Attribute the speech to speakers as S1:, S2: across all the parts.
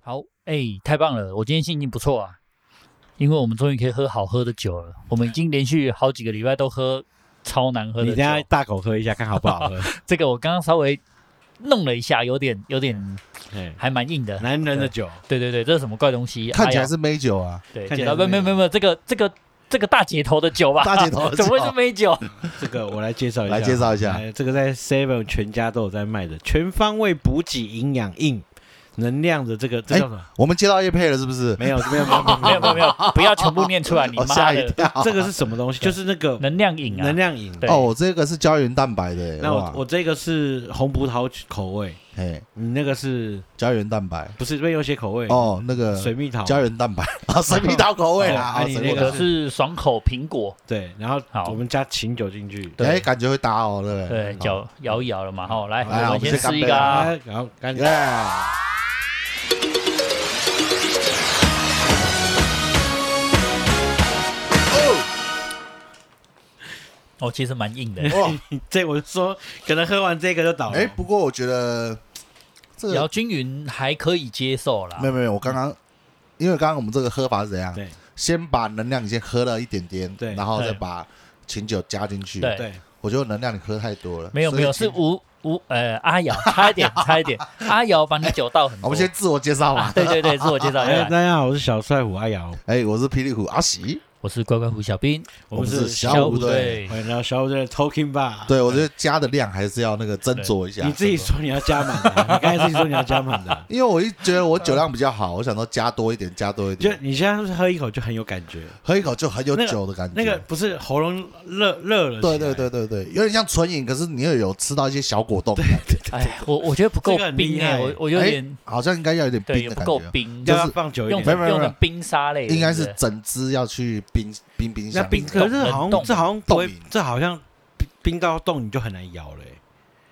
S1: 好，哎、太棒了！我今天心情不错啊，因为我们终于可以喝好喝的酒了。我们已经连续好几个礼拜都喝超难喝
S2: 你
S1: 的
S2: 等一下
S1: 酒。
S2: 大口喝一下，看好不 好喝。
S1: 这个我刚刚稍微弄了一下，有点有点
S2: 哎
S1: 还蛮硬的。
S2: 男人的酒，
S1: 对对对，这是什么怪东西？
S3: 看起
S1: 哎
S3: 来
S1: 呀
S3: 是美酒啊，
S1: 对，
S2: 看起
S1: 剪
S2: 来
S1: 刀
S2: 是
S1: 没有没有没有没有，这个这个这个大姐头的酒吧，
S3: 大 姐头的
S1: 怎么会是
S3: 酒
S1: 美 酒？
S2: 这个我来介绍一下，
S3: 来介绍一下
S2: 哎这个在 Seven 全家都有在卖的，全方位补给营养硬能量的这个，这
S3: 哎
S2: 叫什么？
S3: 我们接到叶配了是不是？
S2: 没有没有没有没有
S1: 没有没有没有，不要全部念出来，你
S3: 哦，
S1: 妈
S3: 吓一
S1: 的
S3: 跳！
S2: 这个是什么东西？就是那个
S1: 能量饮啊
S2: 能！量饮。
S1: 对
S3: 哦，我这个是胶原蛋白的，
S2: 那
S3: 哇
S2: 我我这个是红葡萄口味，
S3: 嘿，
S2: 你那个是
S3: 胶原蛋白
S2: 不是这边有写口味？
S3: 哦，那个
S2: 水蜜桃。
S3: 胶原蛋白啊，水蜜桃口 味啦，
S2: 哦
S3: 哦
S2: 啊你
S3: 水
S2: 那
S3: 蜜
S1: 我
S2: 个
S3: 桃
S1: 的是爽口苹果，
S2: 对，然后
S1: 好
S2: 我们加琴酒进去。
S1: 对
S3: 哎，感觉会打哦，对不
S1: 对，
S3: 好
S1: 摇摇一摇了嘛，吼，来，
S3: 来啊
S1: 我
S3: 我
S1: 们
S3: 们
S1: 先
S3: 先
S1: 吃一
S3: 干杯
S1: 个啊，
S2: 啊，然后干
S3: 耶！
S1: 哦，其实蛮硬的，
S3: 哇，
S2: 这我就说，可能喝完这个就倒了。
S3: 哎，不过我觉得这
S1: 然
S3: 个
S1: 后均匀还可以接受啦
S3: 没。有没有，我刚刚因为刚刚我们这个喝法是怎样？
S2: 对
S3: 先把能量你先喝了一点点，
S2: 对
S3: 然后再
S1: 对
S3: 把琴酒加进去。
S1: 对
S2: 对，
S3: 我觉得能量你喝太多了，
S1: 没有
S3: 所以
S1: 没有，
S3: 琴
S1: 是吴吴呃阿瑶， 差一 点差一点，阿瑶把你酒倒很多。
S3: 我们先自我介绍
S1: 啊
S3: 吧，。
S1: 对对对，自我介 绍一
S2: 哎，
S1: 下，
S2: 大家好，我是小帅虎阿瑶，
S3: 哎，我是霹雳虎阿喜，
S1: 我是乖乖虎小 兵，
S2: 我们
S3: 我们
S2: 是
S3: 是小
S1: 虎
S3: 虎
S1: 队
S3: 队。
S2: 欢迎来到哎小虎队的 Talking Bar。
S3: 对我觉得加的量还是要那个斟酌一下。
S2: 你自己说你要加 满的啊，你刚才自己说你要加满的啊，
S3: 因为我一觉得我酒量比较好，我想说加多一点，加多一
S2: 就
S3: 点，
S2: 你现在是不是喝一口就很有感觉，
S3: 喝一口就很有
S2: 那个
S3: 酒的感觉。
S2: 那个不是喉咙热热了起来，
S3: 对对对对对，有点像纯饮，可是你又有吃到一些小果冻，
S1: 哎，我我觉得不够
S2: 这个很厉
S1: 冰哎，
S2: 害
S1: 我我有
S3: 哎
S1: 点
S3: 好像应该要有点
S1: 对，也
S3: 冰的
S1: 不
S3: 感
S1: 够
S3: 觉，
S1: 冰，
S2: 要
S3: 就
S2: 不
S3: 是
S2: 要放久一
S1: 用
S3: 没有
S2: 点。
S3: 没
S1: 用
S3: 有没
S1: 成
S3: 有
S1: 冰沙类，
S3: 应该
S1: 对
S3: 是
S1: 不
S3: 整只要去冰冰冰
S2: 那
S3: 箱。
S2: 冰
S1: 冻
S2: 可是好
S1: 冷冻
S2: 像这好像不会
S3: 冻饮，
S2: 这好像冰冰到冻你就很难咬了欸。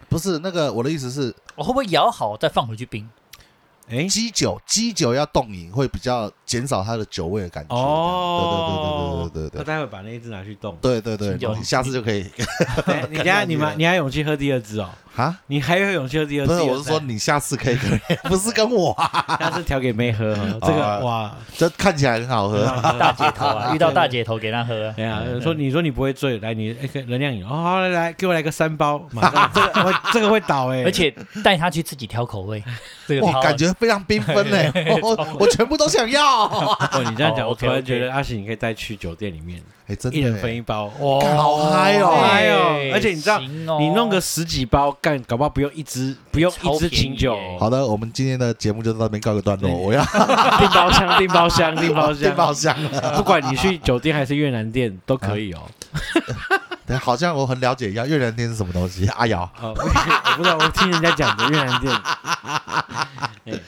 S3: 不是那个，我的意思是
S1: 对我会不会摇好再放回去 冰？
S2: 哎，
S3: 基酒，基酒要冻饮会比较减少它的酒味的感觉。
S2: 哦，那
S3: 对对对对对对对对。。
S2: 待会把那一只拿去冻
S3: 对对对，你下次就可以
S2: 哎你等下你们你还有勇气喝第二只哦？
S3: 啊，
S2: 你还有勇气喝第二只？
S3: 不是，我是说你下次可以，不是跟 我啊，
S2: 下次调给妹喝哦，这 个哇，
S3: 这看起来很 好喝，
S1: 大姐头 啊，遇到大姐头给她喝啊，
S2: 哎呀，说你说你不会醉，来你哎能量饮哦，好来来，给我来个三包，马上这个会这个会倒哎，
S1: 而且带她去自己挑口味，这个
S3: 哇，
S1: 超
S3: 感觉非常缤纷嘞， 我我我全部都想要，
S2: 哦你这样
S1: 哦
S2: 讲，我
S1: OK，
S2: 突然
S1: OK
S2: 觉得阿喜你可以带去酒店里面，
S3: 哎，真的
S2: 一人分
S3: 耶，
S2: 一包，
S1: 哎
S3: 干
S2: 哇，
S3: 好嗨
S1: 好
S3: 哦，
S2: 嗨哦
S1: 哎
S2: 而且你知道
S1: 行哦
S2: 你弄个十几包干，搞不好不用一支不用一支琴酒
S1: 超便宜耶，
S3: 好的，我们今天的节目就到这边告一个段落，我要
S2: 订包厢订包厢订包
S3: 订包
S2: 厢，
S3: 厢了。
S2: 不管你去酒店还是越南店都可以哦。
S3: 对好像我很了解一样，越南店是什么东西？啊阿瑶，
S2: 哦， 我不知道，我听人家讲的越南店。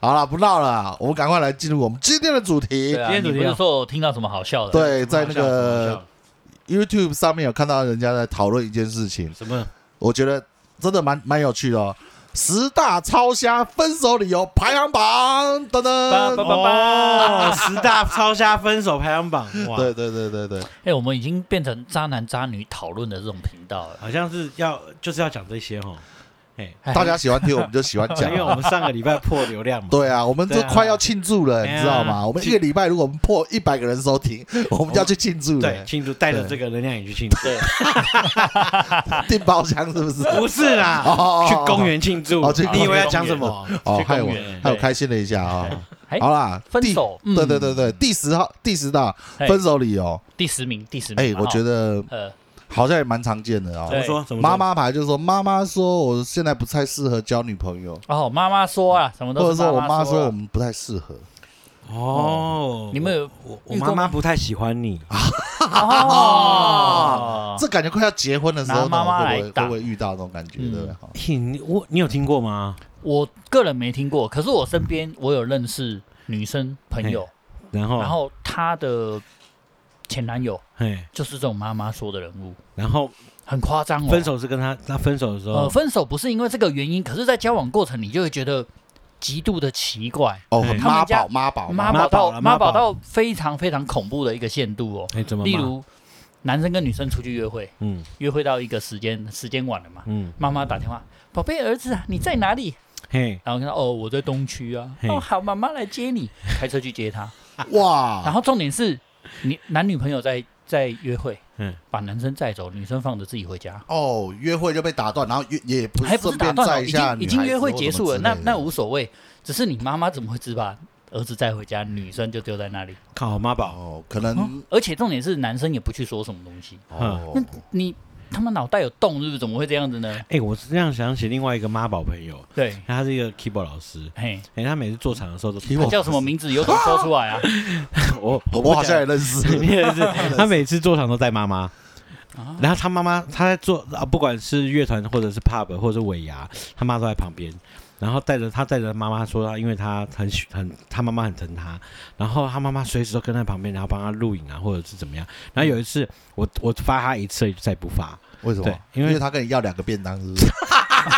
S3: 好了，不闹了啊，我们赶快来进入我们今天的主题
S1: 对。啊，
S2: 今天
S1: 你
S2: 主题
S1: 不是
S2: 啊
S1: 说我听到什么好笑的？
S3: 对，在 那个 YouTube 上面有看到人家在讨论一件事情，
S2: 什么？
S3: 我觉得真的蛮蛮有趣的哦。十大超虾分手理由排行榜，
S1: 叭
S3: 噔
S1: 叭
S3: 噔。
S1: 叭叭
S2: 哦，十大超虾分手排行 榜，哇，
S3: 对对对对对，
S1: 哎、我们已经变成渣男渣女讨论的这种频道了。
S2: 好像是要就是要讲这些哦。哎，
S1: 哎
S3: 大家喜欢听我们就喜欢
S2: 因
S3: 讲
S2: 为
S3: 啊。
S2: 我们上个礼拜破流 量嘛，
S3: 对啊，我们
S2: 对
S3: 都
S2: 啊
S3: 快要庆祝了，
S2: 哎呀
S3: 你知道
S1: 啊
S3: 吗？我们一个礼拜如果我们破一百个人收听，我们就要去庆祝
S2: 对，
S3: 了。
S2: 庆祝带着这个能量饮去庆祝，
S1: 对，
S3: 订包厢是 不是？
S2: 不是啦
S3: 哦哦哦，
S2: 去公园庆祝
S3: 哦去。公园
S2: 你以为要讲什么？
S3: 哦，害
S1: 公
S3: 我
S1: 园
S3: 害我
S1: 对
S3: 开心了一下啊
S1: 哎！
S3: 好啦，
S1: 分
S3: 第
S1: 手，嗯
S3: 对对对对，第十号第十大
S1: 哎嗯
S3: 分手理由，
S1: 第十名，第十名。
S3: 哎，我觉
S1: 得，
S3: 得
S1: 呃，
S3: 好像也蛮常见的哦
S2: 怎。么说？怎么说
S3: 妈？妈牌就是说，妈妈说我现在不太适合交女朋友，
S1: 哦，妈妈说啊，什么
S3: 或
S1: 都
S3: 者
S1: 是
S3: 说我
S1: 妈
S3: 妈说
S1: 说
S3: 我
S1: 啊。
S3: 们不太适合。
S2: 哦，
S1: 你 们有
S2: 我我妈妈不太喜欢你，
S3: 啊
S1: 哦，
S3: 这感觉快要结婚的时候，
S1: 拿妈妈
S3: 那
S1: 来
S3: 种会不会
S1: 打
S3: 会不会遇到那种感觉？对
S1: 嗯
S3: 不对？好
S2: 嘿你我你有听过吗？
S1: 我个人没听过，可是我身边我有认识女生朋友，
S2: 然
S3: 哦
S2: 后
S1: 然后她的前男友
S2: 嘿，
S1: 就是这种妈妈说的人物，
S2: 然后
S1: 很夸张哦。
S2: 分手是跟他他分手的时
S1: 呃，
S2: 候，
S1: 分手不是因为这个原因，可是，在交往过程你就会觉得极度的奇怪，
S3: 哦，
S2: 哎
S3: 很
S1: 他们
S3: 妈
S1: 家
S3: 宝妈宝
S1: 妈
S2: 妈
S1: 宝
S2: 宝
S1: 到
S2: 了
S1: 妈
S2: 妈
S1: 宝
S2: 宝
S1: 到非常非常恐怖的一个限度哦。
S2: 哎怎么骂？
S1: 例如，男生跟女生出去约会，
S2: 嗯
S1: 约会到一个时间，时间晚了嘛，
S2: 嗯
S1: 妈妈打电话，宝贝儿子啊，你在哪里？
S2: 嘿，
S1: 然后跟他哦，我在东区啊，
S2: 嘿
S1: 哦好，妈妈来接 你，开车去接他。然
S3: 哇，
S1: 后重点是，你男女朋友在在约会，
S2: 嗯
S1: 把男生载走，女生放着自己回家，
S3: 哦，约会就被打断，然后约也不
S1: 还不
S3: 顺
S1: 是打
S3: 便
S1: 断
S3: 载
S1: 了，
S3: 一
S1: 已
S3: 下
S1: 经已经
S3: 女孩子
S1: 约会结束了，那
S3: 或什么之类的
S1: 那无所谓。只是你妈妈怎么会只把儿子载回家，女生就丢在那里？
S2: 靠妈宝，
S3: 哦，可
S2: 啊
S3: 能
S1: 而且重点是，男生也不去说什么东西。
S3: 哦
S2: 嗯
S1: 那你他妈脑袋有洞是不是？怎么会这样子呢？
S2: 哎，我这样想起另外一个妈宝朋友，
S1: 对，
S2: 他是一个 keyboard 老师，
S1: 嘿，
S2: 哎，他每次做场的时候都
S3: 嗯 keyboard
S1: 叫什么名字？有种说出来 啊！
S2: 我
S3: 我我好像也认
S2: 你
S3: 识，
S2: 也 是，他每次做场都带妈妈。
S1: 啊
S2: 然后他妈妈，他在做啊，不管是乐团或者是 pub 或者是尾牙，他妈都在旁边。然后带着他带着妈妈说，啊因为他很喜很他妈妈很疼他，然后他妈妈随时都跟在旁边，然后帮他录影啊，或者是怎么样。然后有一次我我发他一次，就再也不发。
S3: 为什么
S2: 对？
S3: 因
S2: 因为
S3: 为他跟你要两个便当，是不是？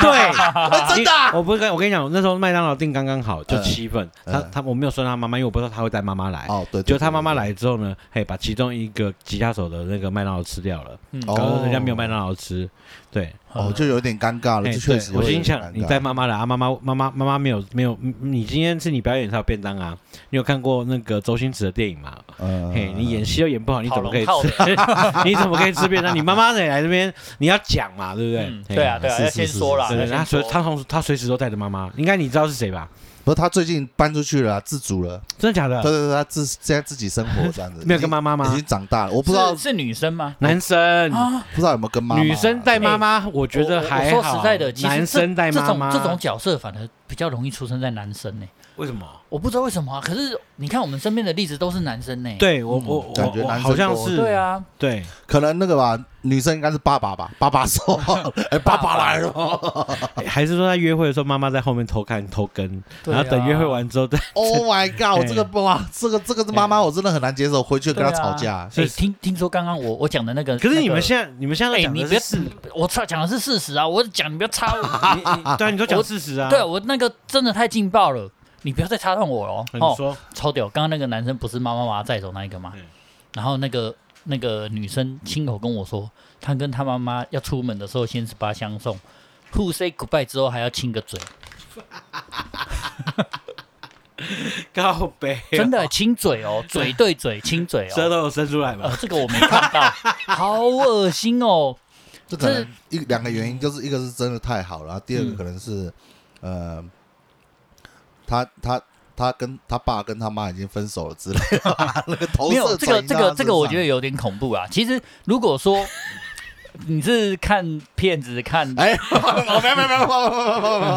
S2: 对，
S3: 真的啊
S2: 我不是跟我跟你讲，那时候麦当劳订刚刚好，就
S3: 嗯
S2: 七份。他
S3: 嗯
S2: 他我没有说他妈妈，因为我不知道他会带妈妈来。
S3: 哦，对，对
S2: 就他妈妈，来之后呢，嘿，把其中一个吉他手的那个麦当劳吃掉了，
S1: 嗯
S3: 哦
S2: 搞得人家没有麦当劳吃。对，
S3: 对对哦，就有点尴尬了，
S2: 哎
S3: 这确
S2: 对
S3: 实
S2: 我
S3: 会有
S2: 心
S3: 点尴尬。嗯
S2: 想，你带妈妈来啊，妈妈妈妈妈妈没有没有，嗯你今天是你表演才有便当啊。你有看过那个周星驰的电影吗？
S3: 嗯，
S2: 嘿，你演戏都演不好，你
S1: 跑
S2: 怎么可以
S1: 嗯龙套
S2: 吃？
S1: 的，
S2: 你怎么可以吃便当？你妈妈得来这边，你要讲嘛，对不对
S1: 嗯？
S2: 嘿
S1: 对啊，对啊，
S3: 是
S1: 要
S3: 是
S1: 先
S3: 是
S1: 说啦，
S2: 对
S1: 要
S2: 对，他
S1: 先
S2: 随
S1: 说。
S2: 他同他随时都带着妈妈，应该你知道是谁吧？
S3: 不是他最近搬出去了，自主了，
S2: 真的假
S3: 对对
S2: 的？
S3: 对，他自现在自己生活这样子，
S2: 嗯没有跟妈妈
S3: 已经已
S2: 吗？
S3: 经长大了，我不知道
S1: 是是女生吗？
S2: 男生，
S1: 啊，
S3: 不知道有没有跟妈妈
S2: 女生带妈妈，我觉得
S1: 哎我我
S2: 还
S1: 我
S2: 好。
S1: 说实在的，其实
S2: 男
S1: 这
S2: 生带妈妈，
S1: 这种这种角色反而比较容易出生在男生呢、
S2: 为什么？
S1: 我不知道为什么啊，可是你看我们身边的例子都是男生呢、欸
S2: 对我我
S3: 嗯
S2: 我
S3: 感觉
S2: 我
S3: 男生
S2: 好像
S3: 多
S2: 是
S1: 对，啊，
S2: 对，
S3: 可能那个吧，女生应该是爸爸吧，爸爸说，哎，爸爸来了，
S2: 哎还是说在约会的时候，妈妈在后面偷看偷跟，
S1: 对啊
S2: 然后等约会完之后再
S3: Oh my god！我这个哇，这个这个妈妈我真的很难接受，回去跟她
S1: 对啊
S3: 吵架。
S1: 哎、听听说刚刚我我讲的那个，
S2: 可是你
S1: 那
S2: 们
S1: 个
S2: 现在你们现在
S1: 哎、
S2: 都讲
S1: 你
S2: 的
S1: 别
S2: 是事，你
S1: 我操，讲的是事实啊！我讲你不要插我，
S2: 你对啊，你都讲
S1: 我
S2: 事实啊。
S1: 对我那个真的太劲爆了，你不要再插断我了
S2: 你
S1: 哦。
S2: 说
S1: 超屌！刚刚那个男生不是妈妈把他载走那一个吗？
S2: 嗯
S1: 然后那个那个女生亲口跟我说，她跟她妈妈要出门的时候，先是把她相送，互 say goodbye 之后还要亲个嘴，
S2: 告白，
S1: 真的亲嘴哦，嘴对嘴亲嘴
S2: 舌
S1: 哦。
S2: 头有伸出来
S1: 呃
S2: 吗？，
S1: 这个我没看 到，好恶心哦！
S3: 这可能一两个原因，就是一个是真的太好了，然后第二个
S1: 嗯
S3: 可能是，呃，他他他跟他爸跟他妈已经分手了之类的吧，那个投
S1: 没有
S3: 射
S1: 这个
S3: 转移
S1: 这
S3: 到他
S1: 个
S3: 身
S1: 这个，我
S3: 上
S1: 觉得有点恐怖啊。其实如果 说你是看片子看，
S3: 哎，我没有没有没有没有没有没有没有，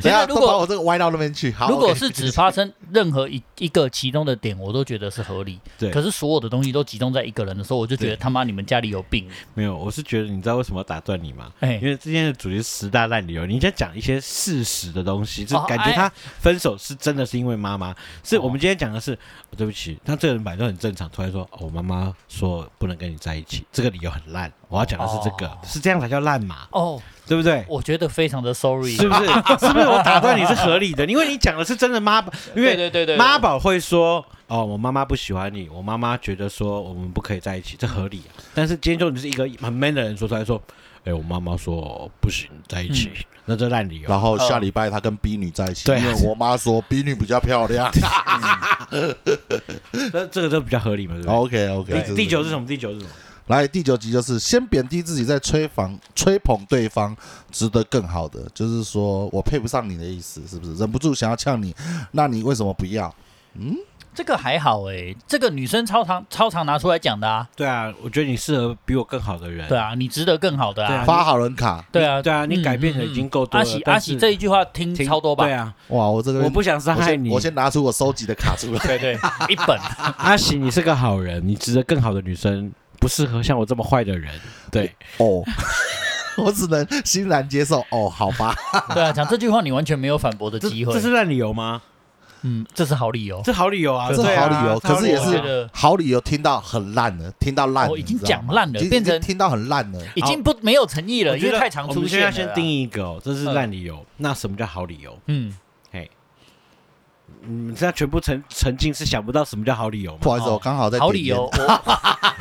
S3: 等一下
S1: 如
S3: 都
S1: 果
S3: 把我这个歪到那边去。好，
S1: 如果
S3: OK
S1: 是只发生任何一一个其中的点，我都觉得是合理。
S2: 对
S1: 可是所有的东西都集中在一个人的时候，我就觉
S2: 对
S1: 得他妈你们家里有病。
S2: 没有，我是觉得你知道为什么要打断你吗？
S1: 哎
S2: 因为今天的主题是十大烂理由，你在讲一些事实的东西，就
S1: 哦
S2: 感觉
S1: 哎
S2: 他分手是真的是因为妈妈。是我们今天讲的是，哦对不起，他这个人本来就很正常，突然说，哦我妈妈说不能跟你在一起，这个理由很烂。我要讲的是这个
S1: 哦，
S2: 是这样才叫烂嘛，
S1: 哦，
S2: 对不对？
S1: 我觉得非常的 sorry。
S2: 是不是？是不是我打断你是合理的？因为你讲的是真的妈宝，因
S1: 对
S2: 为
S1: 对对啊对，
S2: 妈宝会说。哦，我妈妈不喜欢你，我妈妈觉得说我们不可以在一起，这合理啊。但是今天就你是一个很 man 的人说出来说，哎、我妈妈说不行在一起，那这烂理由。
S3: 然后下礼拜他跟 B 女在一起，
S1: 嗯
S2: 对
S3: 因为我妈说 B 女比较漂亮。
S2: 那这个就比较合理 嘛，对不对？
S3: OK OK，
S2: 第第九是什么？第九是什么？
S3: 来第九集就是先贬低自己，再吹捧吹捧对方，值得更好的，就是说我配不上你的意思，是不是？忍不住想要呛你，那你为什么不要？
S1: 啊这个还好哎，这个女生超常超常拿出来讲的啊。
S2: 对啊，我觉得你适合比我更好的人。
S1: 对啊，你值得更好的
S2: 对啊
S1: 啊。
S3: 发好人卡，
S1: 对啊，
S2: 对啊，你
S1: 嗯
S2: 改变的
S1: 嗯
S2: 已经够多
S1: 阿
S2: 了。
S1: 喜阿
S2: 但是
S1: 喜这一句话听
S2: 挺
S1: 超多吧
S2: 对？啊，
S3: 哇，我这个
S2: 我不想伤
S3: 我
S2: 害
S3: 先
S2: 你。
S3: 我先拿出我收集的卡出来。
S1: 对对，一本。
S2: 阿喜，你是个好人，你值得更好的女生，不适合像我这么坏的人。对，
S3: 哦，我只能 欣然接受。哦，好吧，
S1: 对啊，讲这句话你完全没有反驳的
S2: 这
S1: 机会
S2: 这。是烂理由吗？
S1: 嗯，这是好理由。
S2: 这好理由啊，
S3: 这
S2: 对
S3: 好
S2: 啊
S3: 理由，
S2: 这好
S3: 可是也
S2: 理由
S1: 我
S3: 是
S1: 觉得
S3: 好理由，听到很烂了，听到烂了，
S1: 哦已经
S3: 你知道吗
S1: 讲烂了
S3: 已经
S1: 变成
S3: 已经听到很烂了。
S1: 已经不没有诚意了，
S2: 我
S1: 因
S2: 觉
S1: 为
S2: 得
S1: 太常
S2: 我
S1: 出
S2: 们
S1: 现
S2: 现
S1: 了啊嗯
S2: 在
S1: 啦。
S2: 先定义一个哦，这是烂理由。那什么叫好理由？
S1: 嗯，
S2: 嘿，你们现在全部沉沉浸是想不到什么叫好理由
S3: 不
S2: 吗？
S3: 好意思，
S1: 哦
S3: 我刚好在
S1: 好
S3: 点嗯
S1: 理
S3: 烟
S1: 由， 我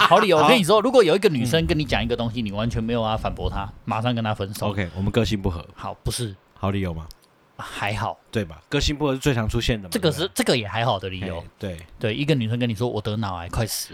S1: 好理由。我跟你说，如果有一个女生跟你讲一个东西，你完全没有办法反驳她，马上跟她分手。
S2: OK，我们个性不合，
S1: 好，不是
S2: 好理由吗？
S1: 还好，
S2: 对吧？个性不合是最常出现的嘛。
S1: 这
S3: 嗯
S1: 个是这个也还好的理
S2: 对不
S1: 由
S2: 对。哎对，
S1: 对，一个女生跟你说我得脑癌快死，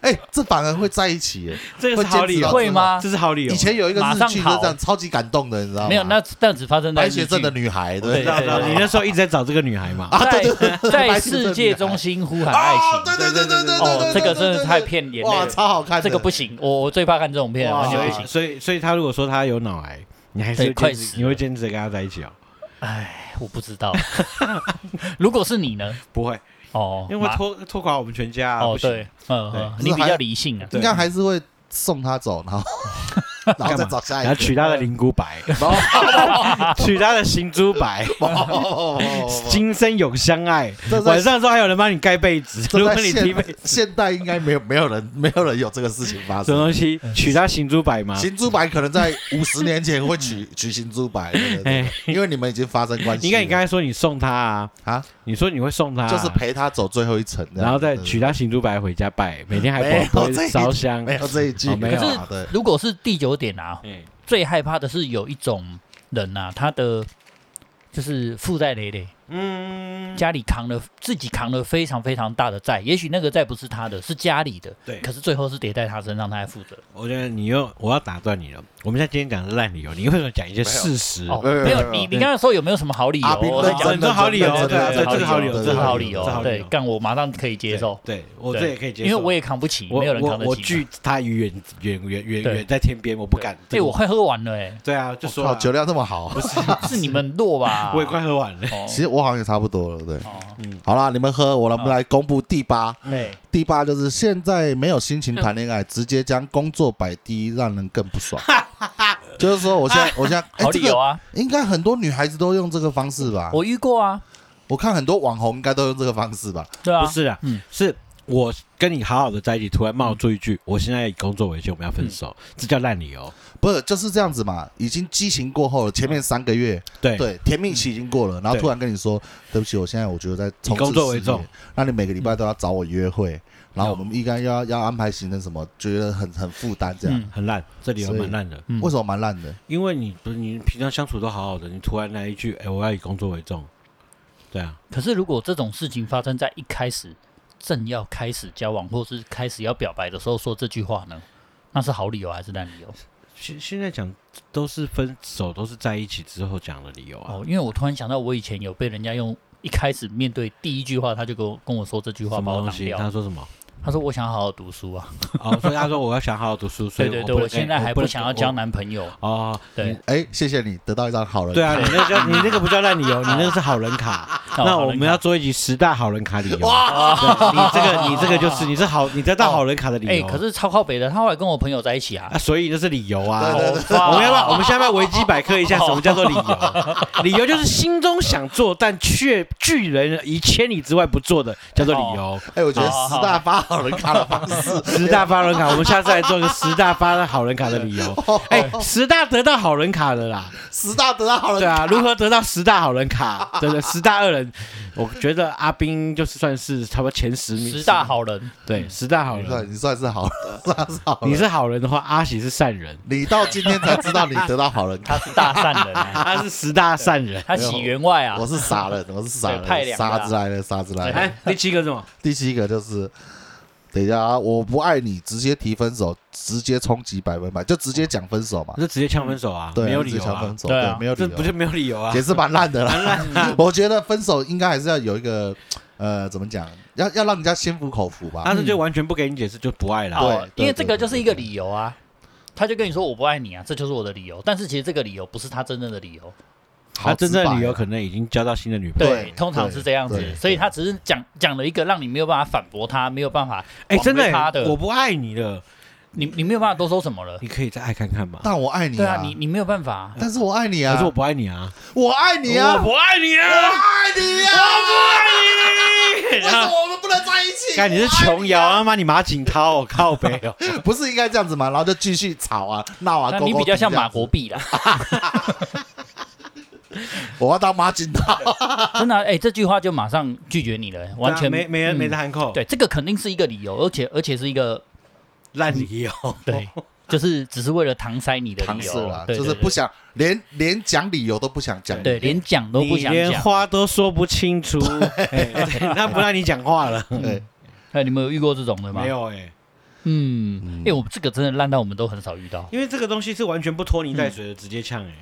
S3: 哎、这反而会在一起耶。
S2: 这个
S3: 会
S2: 是好
S3: 坚持
S2: 理
S3: 到
S2: 由，
S1: 会啊吗
S2: 这？是好理由。
S3: 以前有一个
S1: 马
S3: 日
S1: 上
S3: 剧就
S1: 好
S3: 是这样，超级感动的，你知道吗？
S1: 没有，那那只发生在
S3: 白
S1: 日
S3: 血
S1: 剧
S3: 症的女孩，
S2: 我
S1: 对
S3: 对
S2: 知道，
S1: 对
S2: 知道
S1: 对
S2: 你那时候一直在找这个女孩嘛？
S3: 啊对对对
S1: 在
S3: 对
S1: 在
S3: 白血症的
S1: 世
S3: 女
S1: 界
S3: 孩
S1: 中心呼喊爱
S3: 啊，
S1: 情。
S3: 对对对对对对对
S1: 哦
S3: 对，，
S1: 这个真的太骗
S3: 对
S1: 眼泪
S3: 哇，
S1: 了，
S3: 超好看的，
S1: 这个不行，我我最怕看这种片了，
S3: 哇
S1: 完
S2: 所
S1: 全
S2: 以
S1: 不行。
S2: 所以所以他如果说他有脑癌，你还是
S1: 对
S2: 会
S1: 快
S2: 坚持
S1: 死
S2: 你会
S1: 了
S2: 坚持跟他在一起哦？
S1: 哎，我不知 道。如果是你呢？
S2: 不会，
S1: 哦，
S2: 因为
S1: 马
S2: 拖拖垮我们全家啊。
S1: 哦
S2: 不行
S1: 对，嗯，嗯
S3: 对
S1: 你
S3: 可是
S1: 比
S3: 还
S1: 较理性啊。
S2: 对
S3: 应该还是会送她走，然后然后再找下一
S2: 然后
S3: 个。
S2: 娶她的灵骨 白，
S3: 然后
S2: 娶她的行珠白，
S3: 哦
S2: 今生永相爱。
S3: 这在
S2: 晚上的时候还有人帮你盖被子，如
S3: 这
S2: 果
S3: 在
S2: 你踢被
S3: 现现代应该没有没有人 没有人有这个事情发
S2: 什么
S3: 生。
S2: 东西，娶她行珠白吗？
S3: 行珠白可能在五十年前会娶 娶行珠白，对对对
S2: 哎
S3: 因为你们已经发生关系了。
S2: 应该你刚才说你送她啊，
S3: 啊，
S2: 你说你会送她啊，
S3: 就是陪她走最后一程，这样
S2: 然后再
S3: 对
S2: 娶她行珠白回家拜，每天还
S3: 嗯没有
S2: 广
S3: 这
S2: 播
S3: 一
S2: 烧香。
S3: 没有这一句，
S2: 哦没有
S1: 可是
S3: 啊对，
S1: 如果是第九点啊，
S2: 哎
S1: 最害怕的是有一种人呐、啊，他的就是负债累累，
S2: 嗯，
S1: 家里扛了自己扛了非常非常大的债，也许那个债不是他的，是家里的，
S2: 对
S1: 可是最后是叠在他身上，他来负责。
S2: 我觉得你又我要打断你了。我们现在今天讲的是烂理由，你为什么讲一些事实？
S1: 哦，
S3: 没有
S1: 没有，
S3: 没有
S1: 你你刚才说有没有什么好理由？
S3: 阿斌
S1: 我在
S3: 认真
S1: 讲
S2: 哦这好理由
S3: 认真
S2: 对啊
S3: 认真
S2: 这个好理由
S3: 对
S1: 这是
S3: 对
S1: 好
S3: 对
S1: 理由
S2: 这是好，理由
S1: 对，干我马上可以接受，
S2: 对我
S1: 对
S2: 这也可以接受，
S1: 因为我也扛不起，
S2: 我
S1: 没有人扛得
S2: 我我
S1: 起嘛。
S2: 距他远远远远
S1: 对
S2: 远在天边，我不敢。
S1: 对，
S2: 这个
S1: 我快喝完了，哎，
S2: 对啊，就说
S3: 靠
S2: 了？
S3: 酒量这么好，
S1: 哦是你们弱吧
S2: 啊我也快喝完了。
S1: 哦
S3: 其实我好像也差不多了，对。
S1: 哦，欸
S3: 好啦，你们喝，我来我们来公布第八，
S1: 对，
S2: 哎
S3: 第八就是现在没有心情谈恋爱，直接将工作摆第一，让人更不 爽。就是说，我现在我现在，哎
S1: 好理由，啊，
S3: 这个应该很多女孩子都用这个方式吧？我
S1: 我遇过啊，
S3: 我看很多网红应该都用这个方式吧？
S1: 对啊
S2: 不，是啊，
S1: 嗯
S2: 是我跟你好好的在一起，突然冒出一句“我现在以工作为先，我们要分手”，这叫烂理由。
S3: 不是，就是这样子嘛，已经激情过后了，前面三个月，
S2: 对，
S3: 对，甜蜜期已经过了，然后
S2: 对
S3: 突然跟你说，对不起，我现在我觉得在从
S2: 嗯以工作为重，嗯
S3: 那你每个礼拜都要找我约会，然后我们应该要要安排行程什么，觉得很很负担这样，
S1: 嗯
S2: 很烂，这理由
S3: 所以
S2: 蛮烂的。
S1: 嗯
S3: 为什么蛮烂的？
S2: 因为你不是你平常相处都好好的，你突然来一句“哎，我要以工作为重”，对啊，
S1: 可是如果这种事情发生在一开始正要开始交往，或是开始要表白的时候说这句话呢？那是好理由还是烂理由？
S2: 现现在讲都是分手，都是在一起之后讲的理由啊。
S1: 哦，因为我突然想到，我以前有被人家用一开始面对第一句话，他就跟我跟我说这句话，
S2: 什
S1: 把
S2: 么
S1: 我
S2: 东
S1: 挡
S2: 西？
S1: 掉。
S2: 他说什么？
S1: 他说我想好好读书啊，
S2: 哦，所以他说我要想好好读书，所以
S1: 对对
S2: 我
S1: 对，
S2: 不
S1: 我
S2: 能
S1: 现
S2: 跟
S1: 在还
S2: 我不能
S1: 想要交男朋友，
S2: 哦，
S1: 对，
S3: 哎，谢谢你得到一张好人，
S2: 对，啊，你那叫你那个不叫烂理由，你那个是好 人卡。那我们要做一集十大好人卡理由。对你这个你这个就是你是好，你得到好人卡的理
S1: 哎，
S2: 由。
S1: 可是超靠北的，他后来跟我朋友在一起啊
S2: 啊，，所以这是理由啊。
S1: 对对对
S2: 我们要不要我们下面维基百科一下什么叫做 理由？理由就是心中想做但却拒人于千里之外不做的，叫做理
S1: 哦
S2: 由。
S3: 哎，我觉得十大发好人卡的 方式，
S2: 十大发人卡，我们下次来做个十大发好人卡的理由。
S1: 哦
S2: 哎，十大得到好人卡的啦。
S3: 十大得到好 人
S2: 对
S3: 卡，
S2: 啊，如何得到十大好人卡？ 对对，十大恶人，我觉得阿斌就是算是差不多前十名。
S1: 十大，好人，
S2: 对，十大好
S3: 你算
S2: 人。哦
S3: 你算是好人，算是好人。
S2: 你是好人的话，阿喜是善 人，
S3: 你到今天才知道你得到好人卡，
S1: 他是大善人 啊，
S2: 他是十大善人。
S1: 他喜员外啊
S3: 我，是傻人，我是傻
S1: 对派
S3: 人，
S1: 两个啊
S3: 傻子来了，傻子来了。
S2: 哎，第七个是什么？
S3: 第七个就是，等一下啊，我不爱你，直接提分手，直接冲击百分百，就直接讲分手嘛。
S2: 就直接呛分手啊，
S3: 对啊，
S2: 没有理
S3: 直
S2: 由
S3: 接讲分
S2: 啊，
S3: 手，
S1: 对啊
S3: 对，没有理
S2: 这
S3: 由
S2: 不，是没有理由啊
S3: 也。是蛮烂 的啦。 我觉得分手应该还是要有一个，呃，怎么讲，要要让人家心服口服吧
S2: 他。是就完全不给你解释，就不爱啦。
S3: 对
S1: 哦
S3: 对
S1: 因为这
S3: 对
S1: 个
S3: 对
S1: 就是
S3: 对
S1: 一个
S3: 对
S1: 理由啊。他就跟你说我不爱你啊，这就是我的理由。但是其实这个理由不是他真正的理由，
S3: 好
S2: 他真正的理由
S3: 直白啊
S2: 可能已经交到新的女朋友。
S1: 对，
S3: 对
S1: 通常是这样
S3: 对对
S1: 子。所以他只是讲讲了一个让你没有办法反驳他，没有办法
S2: 哎，
S1: 挽
S2: 真的
S1: 回他
S2: 欸，我
S1: 的，
S2: 不爱你了，
S1: 你你没有办法多说什么
S3: 啊
S1: 了。
S2: 你可以再爱看看嘛。
S3: 但我爱你
S1: 对啊，你你没有办法啊。
S3: 但是我爱你
S2: 可
S3: 啊
S2: 是我，不爱你啊，
S3: 我爱你啊，
S2: 我不爱你
S3: 我
S2: 啊，
S3: 爱你啊，
S2: 我不爱你。
S3: 为什么我们不能在一起？
S2: 看你是琼瑶啊，妈你马景涛、哦，靠北哦。
S3: 不是应该这样子吗？然后就继续吵啊、闹啊，
S1: 那
S3: 勾勾
S1: 你比较像马
S3: 踢
S1: 国
S3: 这样子，
S1: 碧啦，
S3: 我要当马景 涛。
S1: 真的啊哎，这句话就马上拒绝你
S3: 啊
S1: 了，完全
S2: 啊没没人没
S1: 嗯
S2: 得含扣，
S1: 对，这个肯定是一个理由，而且而且是一个
S2: 哦烂理由。
S1: 对就是只是为了搪塞你的
S3: 搪
S1: 理
S3: 塞
S1: 由
S3: 啦，
S1: 对
S3: 就是
S1: 对对
S3: 不想连连讲理由都不想讲。
S1: 对，连讲都不
S2: 你
S1: 想
S2: 连
S1: 讲。
S2: 话都说不清楚，哎那不让你讲话 了。
S3: 对，
S1: 哎，你们有遇过这种的吗？
S2: 没。有哎，
S1: 嗯，因为我们这个真的烂到我们都很少遇到。
S2: 因为这个东西是完全不拖泥带水的，直接呛哎，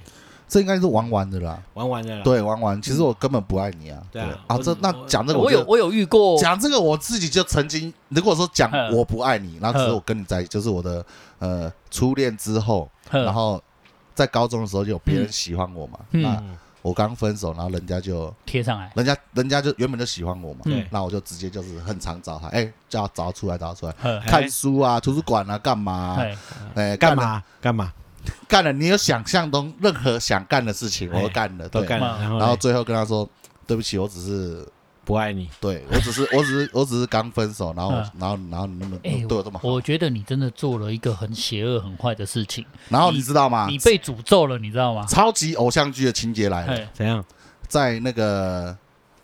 S3: 这应该是玩玩的啦。
S2: 玩完了啦。
S3: 对，玩玩，其实我根本不爱你啊。
S2: 嗯对啊
S3: 啊，
S2: 我
S3: 这那
S2: 我
S3: 讲这个
S1: 我有
S3: 就
S1: 我有遇过，
S3: 讲这个我自己就曾经，如果说讲
S1: 嗯
S3: 我不爱你，然后只是
S1: 嗯
S3: 我跟你在一起，就是我的呃初恋之后，
S1: 然
S3: 然后在高中的时候就有别人
S1: 嗯
S3: 喜欢我嘛，
S1: 嗯
S3: 那
S2: 嗯嗯，
S3: 我刚分手，然后人家就
S1: 贴上来，
S3: 人家人家就原本就喜欢我嘛
S1: 嗯，
S3: 那我就直接就是很常找他，哎，叫他找他出来，找他出来。
S1: 呵，
S3: 看书啊，图书馆啊，干嘛啊、
S1: 哎，
S3: 哎，
S2: 哎干
S3: 了？
S2: 嘛干嘛
S3: 干了你有想象中任何想干的事情，我
S2: 哎
S3: 都干了，
S2: 都
S3: 对
S2: 干了，哎然后
S3: 然后
S2: 嘞
S3: 最后跟他说：“对不起，我只是，
S2: 不爱你，
S3: 对我只是，我只是，我只是刚分手，然后我
S1: 嗯，
S3: 然后，然后你那么
S1: 哎
S3: 对我这么好，
S1: 我觉得你真的做了一个很邪恶、很坏的事情，
S3: 然后你知道吗
S1: 你？被诅咒了，你知道吗？
S3: 超级偶像剧的情节来了，
S1: 哎，
S2: 怎样？
S3: 在那个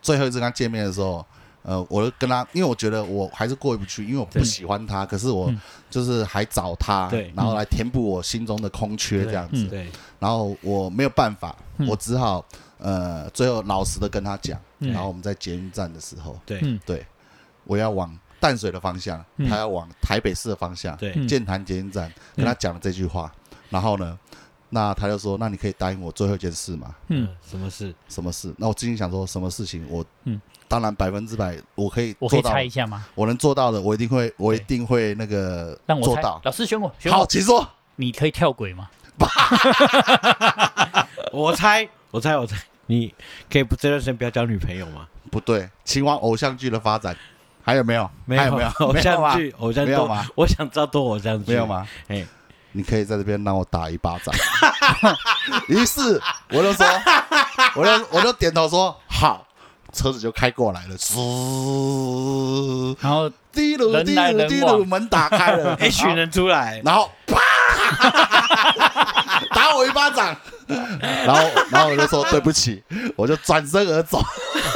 S3: 最后一次跟他见面的时候，呃，我就跟他，因为我觉得我还是过意不去，因为我不
S2: 对
S3: 喜欢他，可是我
S1: 嗯
S3: 就是还找他
S2: 对，
S3: 然后来填补我心中的空缺这样子，
S2: 对，
S3: 然后我没有办法，
S1: 嗯
S3: 我只好呃，最后老实的跟他讲，
S1: 嗯
S3: 然后我们在捷运站的时候，
S2: 对
S1: 嗯
S3: 对，我要往淡水的方向，
S1: 嗯
S3: 他要往台北市的方向，
S2: 对呃
S1: 嗯
S3: 建潭捷运站，跟他讲了这句话，然后呢，那他就说，那你可以答应我最后一件事吗？
S1: 嗯，，
S2: 什么事？
S3: 什么事？那我心里想说，什么事情？我
S1: 嗯，
S3: 当然百分之百我可以
S1: 我可
S3: 做
S1: 以
S3: 到
S1: 猜，一下吗？
S3: 我能做到的，我一定会，我一
S1: 对
S3: 定会那个
S1: 让我
S3: 做
S1: 猜
S3: 到。
S1: 老师选我，选
S3: 好，
S1: 我，
S3: 请说。
S1: 你可以跳轨吗？
S2: 我猜，我猜，我猜，你可以不这段时间不要交女朋友吗？
S3: 不对，请往偶像剧的发展，还有没有？还 哎有没有？
S2: 啊偶
S3: 没有啊
S2: 像
S3: 吗？
S2: 剧，偶像
S3: 没有
S2: 多
S3: 吗？
S2: 我想知道多偶像剧
S3: 没有？吗？
S2: 哎，，
S3: 你可以在这边让我打一巴掌。 于是我就说，我就我就点头说好，车子就开过来了，嗖，
S1: 然后
S3: 滴噜
S1: 人
S3: 滴
S1: 来
S3: 噜
S1: 人
S3: 滴
S1: 往
S3: 噜，门打开 了
S2: 一群哎人出来，
S3: 然后啪， 打我一巴掌，然后然后我就说对不起，我就转身而走，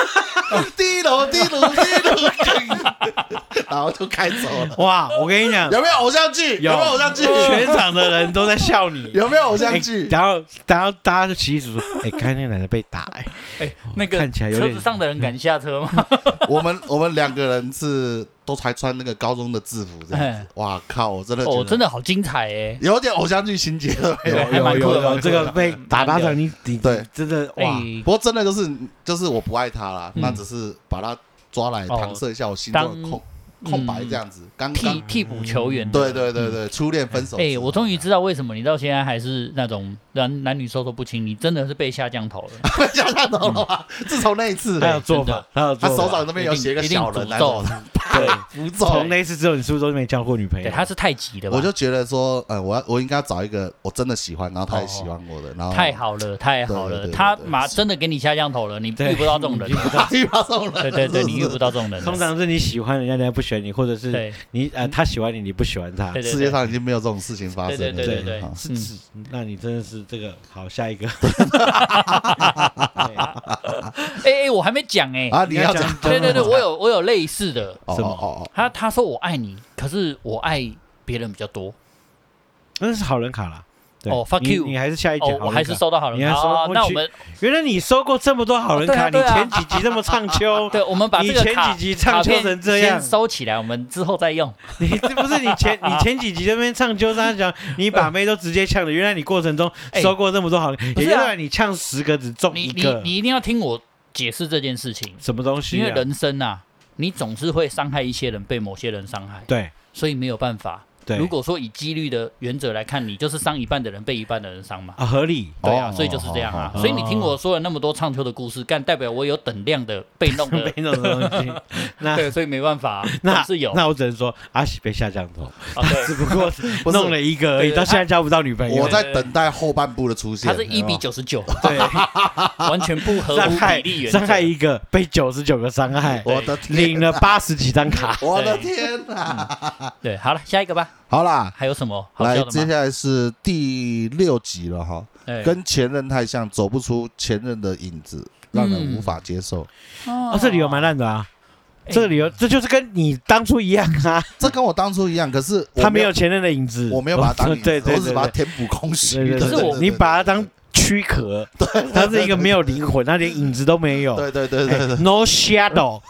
S3: 滴噜滴噜滴噜， 然后就开走了。
S2: 哇！我跟你讲，
S3: 有没有偶像剧？有没有偶像剧？
S2: 全场的人都在笑你。
S3: 有没有偶像
S2: 哎
S3: 剧？
S2: 然后，然后大家就起诉说：“哎，刚才那个男的被打，哎，
S1: 哎，
S3: 哦
S1: 那个
S2: 看起来有
S1: 车
S2: 点
S1: 子上的人
S3: 嗯
S1: 敢下车 吗？
S3: 我们我们两个人是都还穿那个高中的制服这样子
S1: 哎，
S3: 哇靠！我真的
S1: 哦，真
S3: 的
S1: 的好精彩哎！
S3: 有点偶像剧情节了没有？
S1: 还蛮酷的蛮酷的
S2: 这个被打巴掌，你你
S3: 对
S2: 真的哇！
S1: 哎，
S3: 啊不过真的就是就是我不爱他啦，
S1: 嗯哦
S3: 那只是把他抓来搪塞一下我心中的空
S1: 当嗯
S3: 空白这样子。刚
S1: 替
S3: 刚
S1: 替补球员，
S3: 对对对对，初恋分手之后。
S1: 哎、我 终于知道为什么你到现在还是那种男男女授受不亲，你真的是被下降头了。
S3: 被下降头了吧？自从那一次
S2: 他，有做
S1: 真
S2: 法
S1: 的，
S2: 他有
S3: 他
S2: 做法
S3: 手掌这边有写一个小
S1: 嗯一
S3: 人，
S1: 定
S3: 那
S1: 诅咒
S3: 种
S2: 对。
S3: 符咒
S2: 从。那一次之后，你是不是都没交过女朋友？
S1: 对，他是太急的吧？
S3: 我就觉得说，呃，我要我应该找一个我真的喜欢，然后他也喜欢我的，然后
S2: 哦
S1: 太好了，太好
S3: 对对
S1: 了，
S3: 对
S1: 他
S3: 对
S1: 马真的给你下降头了，你
S2: 对
S1: 遇不到这种 人。
S3: 遇到这种人，
S1: 对对对，
S3: 是不
S1: 你
S3: 是
S1: 遇不到这种人了。
S2: 通常是你喜欢人家，人家不喜欢你，或者是
S1: 对
S2: 你呃他喜欢你，你不喜欢他
S1: 对。对
S3: 世界上已经没有这种事情发生了。
S1: 对对对对
S3: 好
S1: 对，
S2: 是
S1: 嗯
S2: 是，那你真的是这个好下一个。
S1: 哎哎，我还没讲哎、
S3: 啊，你要讲
S1: 对对对，我有我有类似的，
S3: 哦
S2: 什么
S3: 哦哦，
S1: 他他说我爱你，可是我爱别人比较多。
S2: 那是好人卡啦。对
S1: 哦，fuck
S2: 你
S1: you
S2: 你还是下一节
S1: 哦，
S2: 好人卡。
S1: 我还是收到好人
S2: 你还
S1: 卡。
S2: 收
S1: 啊
S2: 过
S1: 那我
S2: 去
S1: 们
S2: 原来你收过这么多好人卡，
S1: 哦对
S2: 你
S1: 啊对啊
S2: 前几集这么唱 秋，
S1: 对，我们把
S2: 你
S1: 这个
S2: 前
S1: 卡
S2: 几集唱
S1: 卡
S2: 秋
S1: 片
S2: 成这样
S1: 先收起来，我们之后再用。
S2: 你这 不是你 前你前几集这边唱秋山讲，你把妹都直接呛的。原来你过程中
S1: 哎
S2: 收过这么多好人，
S1: 不
S2: 也
S1: 是啊
S2: 原来你呛十个只中
S1: 你
S2: 哦一
S1: 你
S2: 个，
S1: 你一定要听我解释这件事情。
S2: 什么东西
S1: 因
S2: 啊？
S1: 为人生啊，你总是会伤害一些人，被某些人伤害，
S2: 对
S1: 所以没有办法。
S2: 对，
S1: 如果说以几率的原则来看，你就是伤一半的人，被一半的人伤嘛。
S2: 啊合理，
S1: 对啊，
S3: 哦
S1: 所以就是这样啊。
S2: 哦
S1: 所以你听我说了那么多唱秋的故事，干代表我有等量的被弄的
S2: 没，那种东 西，那
S1: 对，所以没办法啊，
S2: 那
S1: 总是有啊。
S2: 那我只能说阿喜被下降头，
S1: 对，
S2: 只不 过
S3: 不是
S2: 弄了一个而
S1: 对
S2: 已，
S1: 对
S2: 到现在交不到女朋友
S3: 哦我。在等待后半部的出现。
S1: 它
S3: 嗯
S1: 是一比九十九，
S2: 对，
S1: 完全不合
S2: 哦 伤
S1: 乎
S2: 害
S1: 比例原则
S2: 伤。害一个被九十九个伤害，
S3: 有没有，我的 天。
S2: 领，了八十几张卡
S3: 我的天哪！
S1: 对，好了，下一个吧。
S3: 好啦，
S1: 还有什么好
S3: 来
S1: 笑，
S3: 接
S1: 的吗？
S3: 下来是第六集了哈，
S1: 哎
S3: 跟前任太像，走不出前任的影子，让人无法接受。
S1: 嗯
S2: 哦哦，这理由蛮烂的啊。
S1: 哎
S2: 这个理
S3: 哎
S2: 由，这就是跟你当初一样啊，
S3: 这跟我当初一样，可是我
S2: 他没有前任的影子，
S3: 我没有把它当影子
S2: 对对
S3: 我只是把它
S2: 对
S3: 填补空虚
S2: 对，对
S1: 可是
S2: 对
S1: 我
S2: 你把它当躯壳，它是一个没有灵魂，它连影子都没有哎
S3: 对对对对
S1: 哎
S3: 对。
S2: ，no shadow，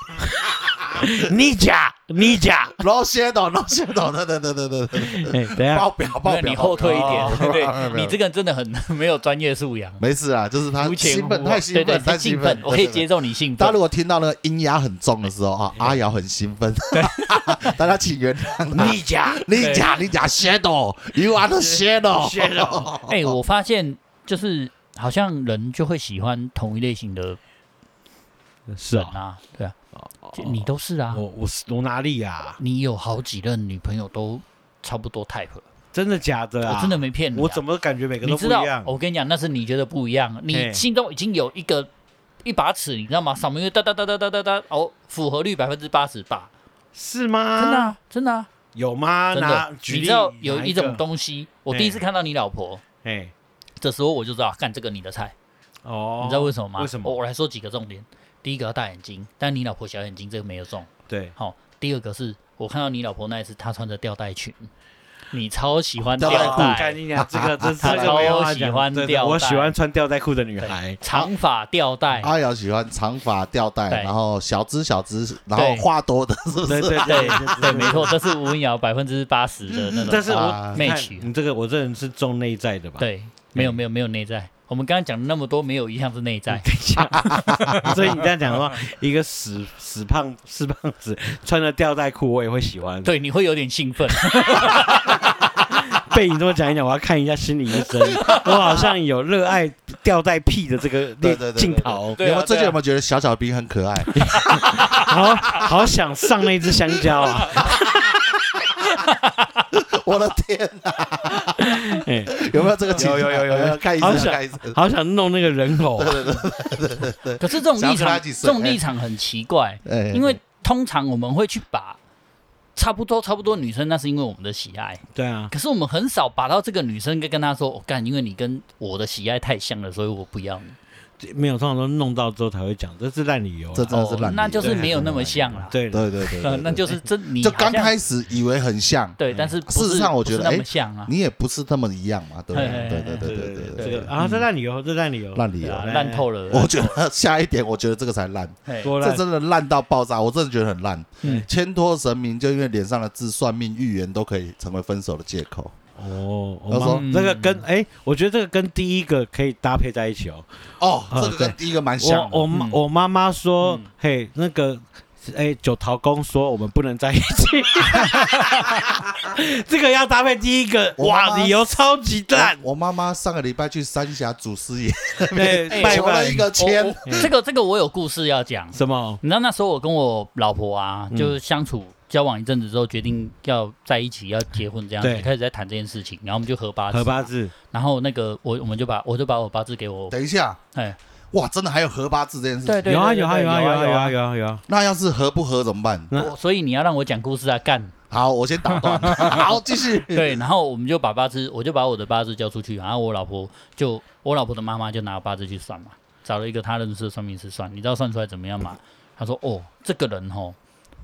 S2: 你假你假，
S3: 然后先导，然后先导，等等等等等等，
S2: 哎，等一下
S3: 爆表爆
S1: 那
S3: 表，
S1: 你后退一点，
S3: 哦
S1: 对不
S3: 没有
S1: 对？
S3: 没有
S1: 你这个人真的很 没有专业素 养，
S3: 没事啊，就是他
S1: 无情
S3: 兴奋，
S1: 无
S3: 太兴
S1: 对对
S3: 奋，
S1: 太
S3: 太
S1: 兴
S3: 奋
S1: 奋，，我可以
S3: 对对
S1: 接受你兴
S3: 大家
S1: 奋
S3: 如。果听到那个音压很重的时候啊，阿瑶很兴奋， 大家请原谅他。
S2: 你假
S3: 你讲你讲 shadow，you are the shadow。
S2: shadow，
S1: 哎、我发现就是好像人就会喜欢同一类型的
S2: 是
S1: 人
S2: 啊，哦
S1: 啊，对啊，就你都是啊
S2: 我，我是我哪里啊？
S1: 你有好几任女朋友都差不多 type，、
S2: 真的假的啊？
S1: 我真的没骗你、啊，
S2: 我怎么感觉每个
S1: 你
S2: 都不
S1: 知
S2: 一
S1: 道哦
S2: 样？？
S1: 我跟你讲，那是你觉得不一样，
S2: 嘿
S1: 你心中已经有一个一把尺，你知道吗？扫描一个哒哒哒哒哒哒哒，哦，符合率百分之八十八，
S2: 是吗？
S1: 真的啊、真的啊、
S2: 有吗？
S1: 真
S2: 拿
S1: 的。啊
S2: 举
S1: 你
S2: 例
S1: 知道有
S2: 哪
S1: 一
S2: 一
S1: 种
S2: 东
S1: 东西，我第一次看到你老婆，
S2: 哎
S1: 这时候我就知道，干这个你的菜，
S2: 哦，
S1: 你知道为什么吗？
S2: 为什
S1: 我
S2: 么？
S1: 我来说几个重点，第一个要大眼睛，但你老婆小眼睛，这个没有中。
S2: 对，
S1: 好、第二个是我看到你老婆那一次，她穿着吊带裙，你超喜欢
S3: 吊
S1: 吊
S3: 带裤
S2: 干
S1: 带，
S2: 你娘，这个这
S1: 他
S2: 这个没有话
S1: 超喜
S2: 讲
S1: 欢
S2: 真的
S1: 吊带
S2: 我喜欢穿吊带裤的女孩。
S1: 长发吊带，
S3: 阿瑶喜欢长发吊带，
S1: 对
S3: 然后小只小只，然后
S1: 对
S3: 话多的，是不
S2: 对
S3: 是？
S2: 对
S1: 对
S2: 对
S1: 对，没错，这是吴文瑶百分之八十的那种。
S2: 但是
S3: 啊
S2: 我你看
S1: match
S2: 你这个我这人是重内在的吧？，
S1: 对，没有没有没有内在。我们刚刚讲了那么多，没有一项是内在。
S2: 嗯所以你这样讲的话，一个死死胖死胖子穿着吊带裤，我也会喜欢。
S1: 对，你会有点兴奋。
S2: 被你这么讲一讲，我要看一下心理医生。 我好像有热爱吊带屁的这个
S3: 对对对对
S2: 镜头，
S1: 对
S3: 你
S1: 啊
S3: 们最近
S1: 对啊
S3: 有没有觉得小小兵很可爱？
S2: 好好想上那只香蕉 啊！
S3: 我的天，
S2: 哎
S3: 有没有这个情
S2: 有
S3: 况？
S2: 有有有有
S3: 看医
S2: 好
S3: 生，
S2: 想
S3: 看医生。
S2: 好想弄那个人偶啊，
S1: 可是这种立
S3: 想要
S1: 场，
S3: 跟他一起
S1: 这
S3: 睡
S1: 种立场很奇怪，
S3: 哎
S1: 因为通常我们会去把差不多差不多女生，那是因为我们的喜爱。
S2: 对啊，
S1: 可是我们很少把到这个女生跟跟她说，我、干，因为你跟我的喜爱太像了，所以我不要你。
S2: 没有，通常都弄到之后才会讲，这是烂理由啊。
S3: 这真的是烂理由，
S1: 哦那就是没有那么像啦。
S2: 对的，
S3: 对对对，
S1: 呃
S3: 对
S1: 那就是真你
S3: 就刚
S1: 好像
S3: 开始以为很像，
S1: 对，但是不
S3: 事实
S1: 是
S3: 上我觉得
S1: 不是那
S3: 哎
S1: 么像啊，
S3: 你也不是那么一样嘛，对不
S1: 嘿
S3: 对？
S1: 嘿
S3: 对
S1: 嘿
S3: 对对对对
S2: 这
S3: 对
S2: 个啊，这烂理由，这烂理由，
S3: 烂理
S1: 对
S3: 由
S1: 啊，
S2: 来
S1: 嗯烂透了。
S3: 哎我觉得下一点，我觉得这个才烂，
S1: 嘿
S2: 多
S3: 这
S2: 烂，
S3: 真的烂到爆炸，我真的觉得很烂
S1: 嗯。
S3: 牵托神明，就因为脸上的字、算命、预言都可以成为分手的借口。
S2: 哦，
S3: 他
S2: 我
S3: 说
S1: 嗯
S2: 妈这个跟哎，我觉得这个跟第一个可以搭配在一起哦。
S3: 哦，
S2: 呃
S3: 这个跟第一个蛮像
S2: 我
S3: 的。
S2: 我妈
S1: 嗯
S2: 我妈妈说
S1: 嗯，
S2: 嘿，那个。哎，九桃公说我们不能在 一起，这个要搭配第一个，
S3: 我妈妈
S2: 哇，理由超级 烂，
S3: 我我妈妈上个礼拜去三峡祖师爷
S2: 对，
S1: 哎
S2: 拜
S3: 求了
S2: 拜
S3: 一个
S1: 我
S3: 签，
S1: 我这个这个我有故事要讲。
S2: 什么？
S1: 你知道那时候我跟我老婆啊，
S2: 嗯
S1: 就是相处交往一阵子之后，决定要在一起，要结婚这样
S2: 对
S1: 子，开始在谈这件事情，然后我们就合八字，
S2: 合八，字，
S1: 然后那个我我们就把我就把我八字给我，
S3: 等一下，
S1: 哎，
S3: 哇，真的还有合八字这件事
S1: 对
S3: 情。
S1: 对，
S2: 有啊
S1: 对
S2: 有啊
S1: 对
S2: 有啊
S1: 有
S2: 有啊
S1: 啊
S2: 有啊有啊有啊，
S3: 那要是合不合怎么办？
S2: 那
S1: 我所以你要让我讲故事啊，干
S3: 好，我先打断。好，继续。
S2: 嗯
S1: 对，然后我们就把八字，我就把我的八字交出去，然后我老婆就我老婆的妈妈就拿八字去算嘛，找了一个她认识的算命师算，你知道算出来怎么样吗？她说哦，这个人哦，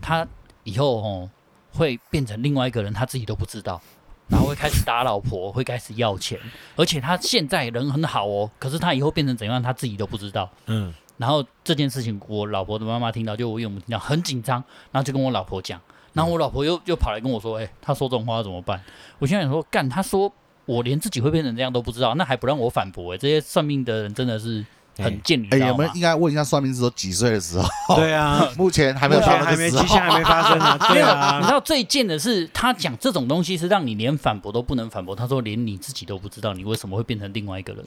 S1: 他以后哦会变成另外一个人，他自己都不知道，然后会开始打老婆，会开始要钱，而且他现在人很好哦，可是他以后变成怎样，他自己都不知道。
S2: 嗯，
S1: 然后这件事情，我老婆的妈妈听到，就我岳母听到，很紧张，然后就跟我老婆讲，然后我老婆又又跑来跟我说，哎、她说这种话要怎么办？我现在想说，干，她说我连自己会变成这样都不知道，那还不让我反驳、哎，这些算命的人真的是很贱，你
S3: 哎，
S1: 知
S3: 有
S1: 道
S3: 没
S1: 吗
S3: 有？应该问一下算命师说几岁的时候？
S2: 对啊，
S3: 目前还没有
S2: 目
S3: 到
S2: 前
S3: 那
S2: 还
S3: 个
S2: 没
S3: 时
S2: 极
S3: 候。
S2: 限还没发生 呢，对
S1: 你知
S2: 啊，
S1: 道最贱的是，他讲这种东西是让你连反驳都不能反驳。他说连你自己都不知道，你为什么会变成另外一个人？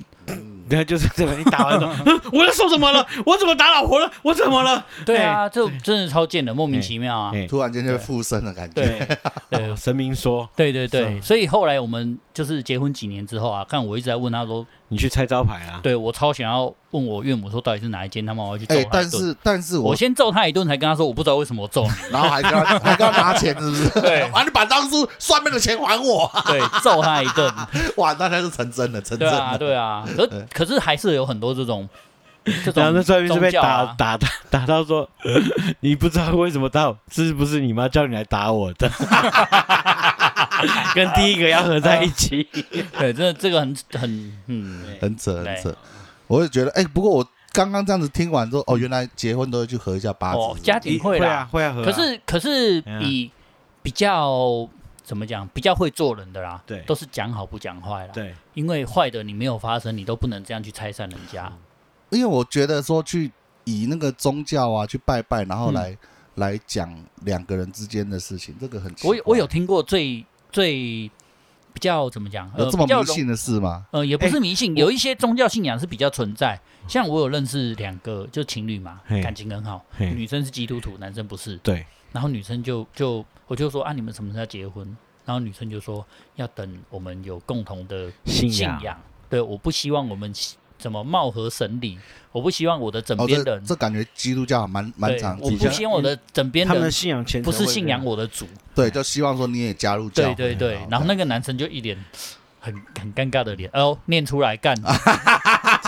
S2: 然后 就是这个，你打完 之后，嗯我的手怎么了？我怎么打老婆了？我怎么了？
S1: 对啊，这真的超贱的，莫名其妙啊！
S2: 哎，
S3: 突然间就附身的感觉。
S1: 对对
S2: 哦神明说
S1: 对对
S2: 是
S1: 对，
S2: 啊
S1: 所以后来我们就是结婚几年之后啊，看我一直在问他说，
S2: 你去拆招牌啊，
S1: 对我超想要问我岳母说到底是哪一间，他妈我要去揍他一
S3: 哎
S1: 顿。，
S3: 但是但是
S1: 我
S3: 我，
S1: 先揍他一顿，才跟他说我不知道为什么我 揍你。
S3: 然后还跟 他还跟他拿钱，是不是？
S1: 对
S3: 完你把当初算命的钱还我。
S1: 对，揍他一顿。
S3: 哇，那他是成真的，成嗯
S1: 对
S3: 真
S1: 啊，
S3: 的。
S1: 对啊。可可是还是有很多这种这
S2: 然后那
S1: 种
S2: 算命是被
S1: 宗教
S2: 打、
S1: 啊，
S2: 打打打到说， 你不知道为什么到是不是你妈叫你来打我的， 跟第一个要合在一起。
S1: 对，这这个很很嗯，
S3: 很扯很
S1: 对
S3: 扯。我也觉得，哎，不过我刚刚这样子听完之后，哦，原来结婚都会去合一下八字
S1: 哦，，家庭会
S2: 会
S1: 啦，
S2: 啊会啊合啊。
S1: 可是可是
S2: 哎呀
S1: 比
S3: 啊
S1: 比较怎么讲，比较会做人的啦，
S2: 对
S1: 都是讲好不讲坏啦。
S2: 对
S1: 因为坏的你没有发生，你都不能这样去拆散人家。
S3: 嗯因为我觉得说去以那个宗教啊去拜拜，然后
S1: 嗯
S3: 来、来讲两个人之间的事情，这个很奇
S1: 我
S3: 怪
S1: 有我有听过最最比较怎么讲，呃，
S3: 有这么
S1: 比较
S3: 迷
S1: 容
S3: 信的事吗？
S1: 呃，也不是
S2: 哎
S1: 迷信，有一些宗教信仰是比较存在。像我有认识两个就情侣嘛，
S2: 嘿
S1: 感情很好，
S2: 嘿
S1: 女生是基督徒，男生不是。
S2: 对，
S1: 然后女生就就我就说啊，你们什么时候要结婚？然后女生就说要等我们有共同的
S2: 信
S1: 信
S2: 仰
S1: 仰。对，我不希望我们喜怎么貌合神离，我不希望我的枕
S3: 哦，
S1: 边
S3: 这
S1: 人，
S3: 这感觉基督教蛮蛮
S1: 对，
S3: 常
S1: 我
S3: 见
S1: 不
S3: 的，
S1: 希望我的枕边
S2: 他们的
S1: 人
S2: 信仰前
S1: 不是信仰，我的主。
S3: 对，就希望说你也加入教
S1: 对
S3: 会，
S1: 对对，然后那个男生就一脸很很尴尬的脸，哦，念出来干，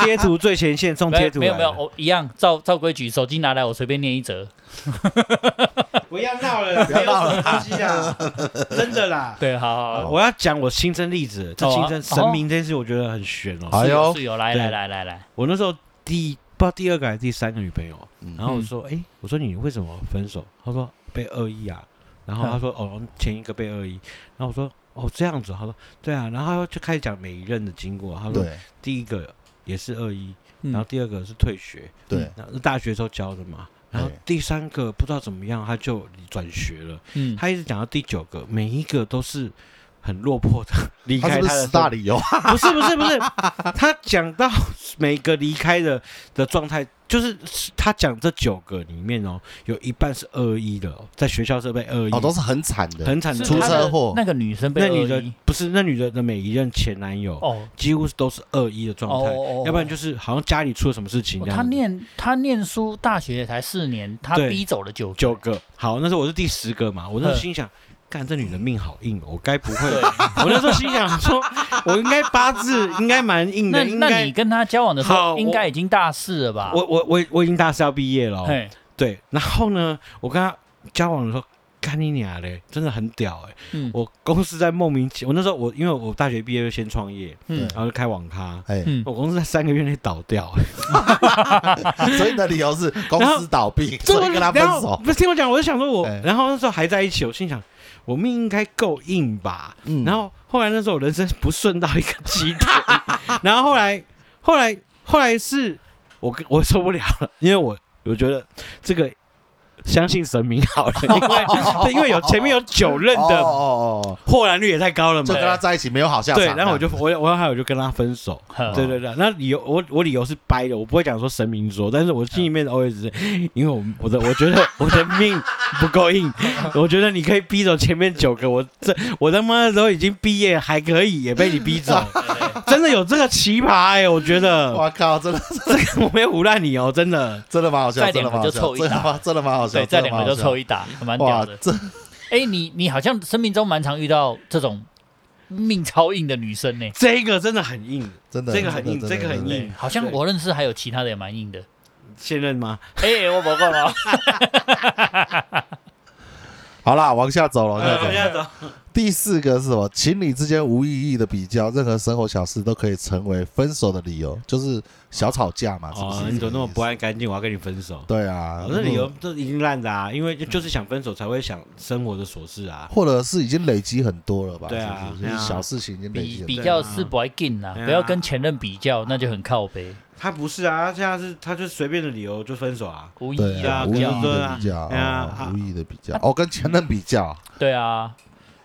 S2: 贴图最前线送
S1: 没
S2: 贴
S1: 有
S2: 图
S1: 没有
S2: 来
S1: 没有，
S2: 了，
S1: 我一样照照规矩，手机拿来我随便念一则。
S2: 不要闹了，不要闹了，东西啊， 真的啦。
S1: 对，好好好，
S2: 我要讲我亲身例子，这
S1: 哦
S2: 亲
S1: 啊
S2: 身
S1: 哦
S2: 神明这件事，我觉得很悬哦。
S3: 哎呦
S1: 室友来
S2: 对
S1: 来来来来，
S2: 我那时候第不知道第二个还是第三个女朋友，
S3: 嗯
S2: 然后我说，哎、我说你为什么分手？她说被恶意啊。然后她说，哦，前一个被恶意。然后我说，哦，这样子。她说，对啊。然后她就开始讲每一任的经过。她说，
S3: 对
S2: 第一个也是恶意，
S1: 嗯
S2: 然后第二个是退学，
S3: 对，
S2: 然后是大学时候教的嘛。然后
S3: 对
S2: 第三个不知道怎么样，他就转学了。
S1: 嗯，
S2: 他一直讲到第九个，每一个都是很落魄的离
S3: 他
S2: 开
S3: 是不
S2: 他
S3: 是
S2: 的
S3: 十大
S2: 生
S3: 理由？
S2: 不是不是不是，他讲到每个离开的的状态，就是他讲这九个里面哦，有一半是恶意的、哦，在学校是被恶意，
S3: 哦，都是很惨的，
S2: 很惨的
S1: 是
S3: 出
S1: 他
S3: 车
S1: 的
S3: 祸
S1: 那个女生
S2: 那
S1: 被
S2: 女
S1: 恶
S2: 的
S1: 意
S2: 不是那女的的每一任前男友，
S1: 哦
S2: 几乎都是恶意的状态，
S1: 哦
S2: 要不然就是好像家里出了什么事情
S1: 哦
S2: 这样
S1: 他
S2: 子。
S1: 念他念书，大学才四年，他
S2: 对
S1: 逼走了九
S2: 九个，好，那时候我是第十个嘛，我那时候
S1: 嗯
S2: 心想，干这女的命好硬哦，我该不会，
S1: 对
S2: 我那时候心想说，我应该八字应该蛮硬
S1: 那
S2: 的，应
S1: 那
S2: 该
S1: 你跟他交往的时
S2: 好
S1: 候，
S2: 我
S1: 应该已经大四了吧？
S2: 我我我我已经大四要毕业了哦、
S1: 嘿，
S2: 对，然后呢，我跟他交往的时候，干你娘嘞，真的很屌哎、
S1: 嗯
S2: 我公司在莫名其我那时候我因为我大学毕业就先创业，
S1: 嗯
S2: 然后就开网咖，
S3: 哎，
S1: 嗯，
S2: 我公司在三个月内倒掉、欸，
S3: 所以你的理由是公
S2: 然后
S3: 司倒 闭，所以跟他分
S2: 然后
S3: 手。
S2: 不是听我讲，我就想说我
S3: 哎，
S2: 然后那时候还在一起，我心想我命应该够硬吧。
S3: 嗯
S2: 然后后来那时候我人生不顺到一个极点， 然后后来后来后来是我跟我受不了了，因为我我觉得这个相信神明 好了，因为对因为有前面有九任
S3: 哦
S2: 的
S3: 哦哦，
S2: 破烂率也太高了
S3: 就
S2: 嘛
S3: 跟。他在一起没有好下场。
S2: 对，然后我就我我还有就跟他分手，
S1: 呵
S3: 嗯
S2: 对对对，那理由我我理由是掰的，我不会讲说神明说，但是我心里
S3: 嗯
S2: 面的 always 是，因为我我的我觉得我的命不够硬，我觉得你可以逼走前面九个，我这我他妈都已经毕业还可以也被你逼走， 真的有这个奇葩哎、我觉得
S3: 我靠，真的
S2: 这 个我没有胡乱你哦，真的
S3: 真的蛮好笑，
S1: 再
S3: 真
S1: 两
S3: 的
S1: 个
S3: 蛮
S1: 就
S3: 好
S1: 凑
S3: 笑，
S1: 一
S3: 真的
S1: 打
S3: 蛮真的蛮好笑，
S1: 对，再两个就凑
S3: 一
S1: 一打，蛮屌
S3: 哇
S1: 的，。
S3: 这
S1: 哎，你你好像生命中蛮常遇到这种命超硬的女生呢。
S2: 这个真的很硬，
S3: 真的
S2: 这个很硬
S3: 真的
S2: 这个很
S3: 真的
S2: 硬
S1: 对，好像我认识还有其他的也蛮 硬的。
S2: 现任吗？
S1: 哎，我不够了。
S3: 好啦，往下走了，往下走
S2: 呃
S3: 了。
S2: 要走
S3: 第四个是什么？情侣之间无意义的比较，任何生活小事都可以成为分手的理由，就是小吵架嘛，是不是？
S2: 哦，你怎么那么不
S3: 爱？
S2: 爱干净？我要跟你分手。
S3: 对啊
S2: 我，这理由这已经烂的啊，因为就就是想分手才会想生活的琐事啊。
S3: 或者是已经累积很多了吧？
S2: 对啊
S3: 是不是
S2: 对
S3: 就
S2: 啊
S3: 是小事情已经累积
S1: 比
S3: 很
S1: 比
S3: 多。
S1: 较是不爱劲啦，
S2: 对啊
S1: 不要跟前任比较，那就很靠背，
S2: 他不是啊，现在是他就随便的理由就分手啊。
S1: 无意义
S3: 对
S1: 啊，
S3: 啊，
S2: 啊
S3: 无
S1: 比
S3: 意
S1: 较
S3: 义
S1: 啊
S3: 的比较，
S2: 对啊
S3: 哦
S2: 啊
S3: 无意义的比较。哦，跟前任比较，
S1: 对啊。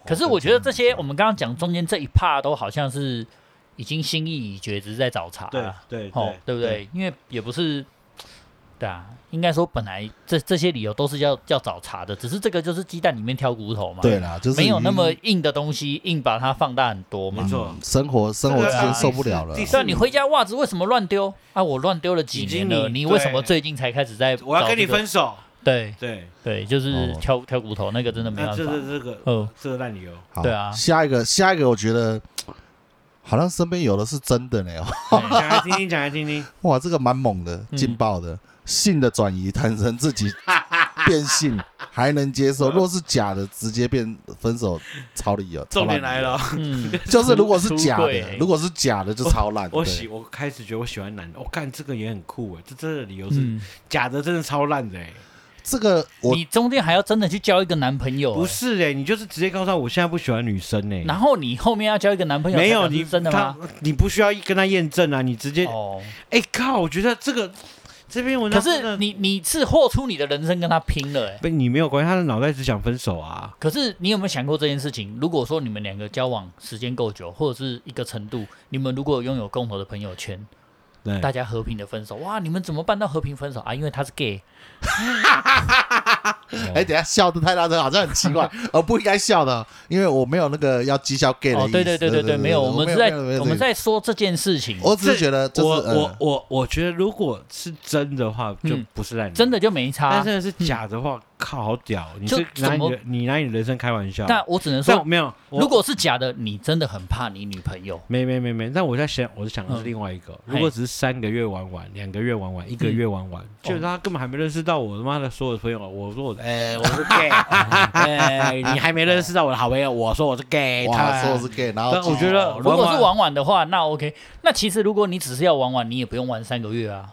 S1: 可是我觉得这些我们刚刚讲中间这一 part 都好像是已经心意已决，只是在找茬
S2: 对
S1: 啦，
S2: 对
S1: 哦，对不？对？因为也不是，对啊，应该说本来这这些理由都是要要找茬的，只是这个就是鸡蛋里面挑骨头嘛，
S3: 对，啦，就是
S1: 没有那么
S3: 已
S1: 硬的东西，硬把它放大很多嘛
S2: 没。错
S3: 经生活生活之间受不了了
S2: 这。个啊
S1: 对啊，你回家袜子为什么乱丢啊？我乱丢了几
S2: 已经
S1: 年了，
S2: 你
S1: 你为什么
S2: 对
S1: 最近才开始在？
S2: 我要跟你分手。
S1: 对
S2: 对，
S1: 对，就是
S3: 哦
S1: 挑、挑骨头那个真的没
S2: 那
S1: 办
S2: 这
S1: 法。
S2: 是这个
S1: 哦，
S2: 这个烂理由。
S3: 好
S1: 对啊
S3: 下一个下一个，我觉得好像身边有的是真的呢。
S2: 讲来听听，讲来 听听。
S3: 哇，这个蛮猛的，
S2: 嗯
S3: 劲爆的，性的转移产生自己变性 还能接受，若是假的，直接变分手，超理由。
S2: 重点来了，
S1: 嗯，
S3: 就是如果是假
S1: 出柜
S3: 的，如果是假的就超烂。
S2: 我
S3: 对
S2: 喜我开始觉得我喜欢男的，我、干这个也很酷哎，这真的理由是、
S1: 嗯
S2: 假的，真的超烂的哎，
S3: 这个我
S1: 你中间还要真的去交一个男朋友、
S2: 不
S1: 欸
S2: 是哎，你就是直接告诉他我现在不喜欢女生哎，
S1: 然后你后面要交一个男朋友，
S2: 没
S1: 才
S2: 有
S1: 表示
S2: 你
S1: 真的吗？
S2: 他你不需要跟他验证啊，你直接
S1: 哦，
S2: 哎、靠，我觉得这个这篇文
S1: 可
S2: 章真
S1: 是
S2: 的
S1: 你你是豁出你的人生跟他拼了、欸，
S2: 不你没有关系，他的脑袋只想分手啊，
S1: 可是你有没有想过这件事情？如果说你们两个交往时间够久，或者是一个程度，你们如果拥有共同的朋友圈，
S2: 对，
S1: 大家和平的分手，哇，你们怎么办到和平分手啊？因为他是 gay，
S3: 哎，
S1: 嗯
S3: 等一下笑的太大声，好像很奇 怪，而不应该笑的，因为我没有那个要讥笑 gay 的意
S1: 哦，
S3: 思。
S1: 对对对对对，没有，我们是在
S3: 没有没有没有
S1: 我们在说这件事情，
S3: 我只是觉得就是
S2: 我
S3: 呃
S2: 我我我觉得如果是真的话，就
S1: 嗯
S2: 不是烂、
S1: 真的。就没
S2: 但
S1: 差。啊
S2: 真的是假的话，靠，好屌！哦你
S1: 就是
S2: 拿
S1: 怎
S2: 你
S1: 么
S2: 的你拿你的人生开玩笑。
S1: 但我只能
S2: 但我
S1: 说，
S2: 没有，我
S1: 如果是假的，你真的很怕你女朋友。
S2: 没没没没，但我在想，我是想的是
S1: 嗯
S2: 另外一个。
S1: 嘿嗯
S2: 如果只是三个月玩玩，两个月玩玩，一个月玩玩，就是他根本还没认识到我他妈的所有的朋友。我说我哎，我是 gay，哎，你还没认识到我的好朋友。我说我是 gay，
S3: 哇
S2: 他
S3: 说我是 gay，然后
S2: 但我觉得
S3: 呃
S1: 哦如果
S2: 玩
S1: 是
S2: 玩
S1: 玩玩的话，那 OK。那其实如果你只是要玩玩，你也不用玩三个月啊。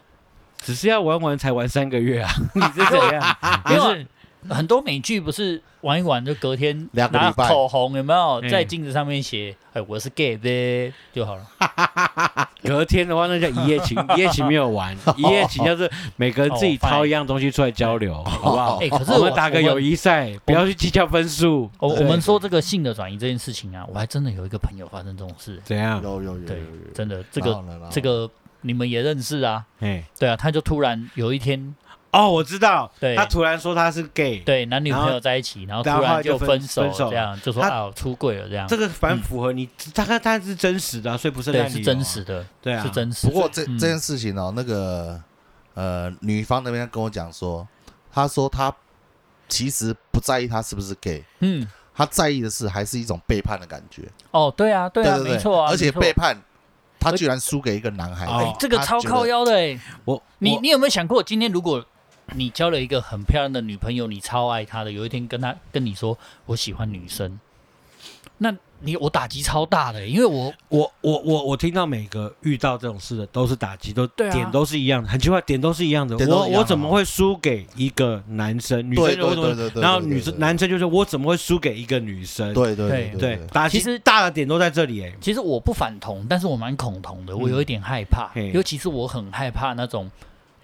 S2: 只是要玩玩才玩三个月啊， 你是怎样？
S1: 没有啊很多美剧不是玩一玩就隔天
S3: 两个
S1: 拿
S3: 礼拜
S1: 口红有没有
S2: 嗯
S1: 在镜子上面写“哎，我是 gay 呗”就好了。
S2: 隔天的话，那叫一夜 情，一夜情没有玩，一夜情就是每个人自己掏一样东西出来交流，好不
S3: 哦
S2: 好？
S1: 哎，可是
S2: 哦我
S1: 我
S2: 们打个
S1: 我
S2: 友谊赛，不要去计较分数。
S1: 我我
S2: 对
S1: 们说这个性的转移这件事情啊，我还真的有一个朋友发生这种事，
S2: 怎样？
S3: 有有有有
S1: 对
S3: 有有，
S1: 真的这
S3: 然后
S1: 个
S3: 呢然
S2: 啊
S3: 后
S1: 这个你们也认识啊，
S2: 哎，
S1: 对啊，他就突然有一天
S2: 哦，我知道，
S1: 对
S2: 他突然说他是 gay，
S1: 对男女
S2: 然后
S1: 朋友在一起，然后
S2: 然
S1: 突
S2: 后后
S1: 然
S2: 来就
S1: 就
S2: 分
S1: 分手
S2: 分手了
S1: 这样，就说
S2: 他
S1: 啊我出柜了这样
S2: 这，个反符合你，他看他是真实的啊，所以不是
S1: 对
S2: 烂
S1: 是
S2: 理由啊
S1: 真，实的，
S2: 对啊，
S1: 是真实
S3: 不
S1: 的。
S3: 过这
S1: 嗯
S3: 这件事情哦，那个呃，女方那边跟我讲说，她说她其实不在意他是不是 gay，
S1: 嗯，
S3: 她在意的是还是一种背叛的感觉。
S1: 哦对啊对啊
S3: 对对，
S1: 没错啊，
S3: 而且
S1: 没错
S3: 背叛，她居然输给一个男孩，
S2: 哦
S1: 哎，这个
S3: 她
S1: 超
S3: 觉得
S1: 靠腰的哎、
S2: 我
S1: 你
S2: 我
S1: 你有没有想过，今天如果你交了一个很漂亮的女朋友，你超爱她的，有一天跟她跟你说我喜欢女生，那你我打击超大的、因为我
S2: 我我我我听到每个遇到这种事的都是打击，都
S1: 对啊
S2: 点都是一样的，很奇怪，点都是一样的。
S3: 点都是
S2: 我
S3: 一样
S2: 我
S3: 的
S2: 怎么会输给一个男生？女生
S3: 对
S2: 就会
S3: 对对
S2: 说，
S3: 对对，
S2: 然后
S3: 对
S2: 女
S3: 对
S2: 生
S3: 对
S2: 男生就说，我怎么会输给一个女生？
S3: 对对
S1: 对
S3: 对
S2: 对，打击
S1: 其实
S2: 大的点都在这里哎。
S1: 其实我不反同，但是我蛮恐同
S3: 嗯
S1: 的，我有一点害怕，
S2: 嘿
S1: 尤其是我很害怕那种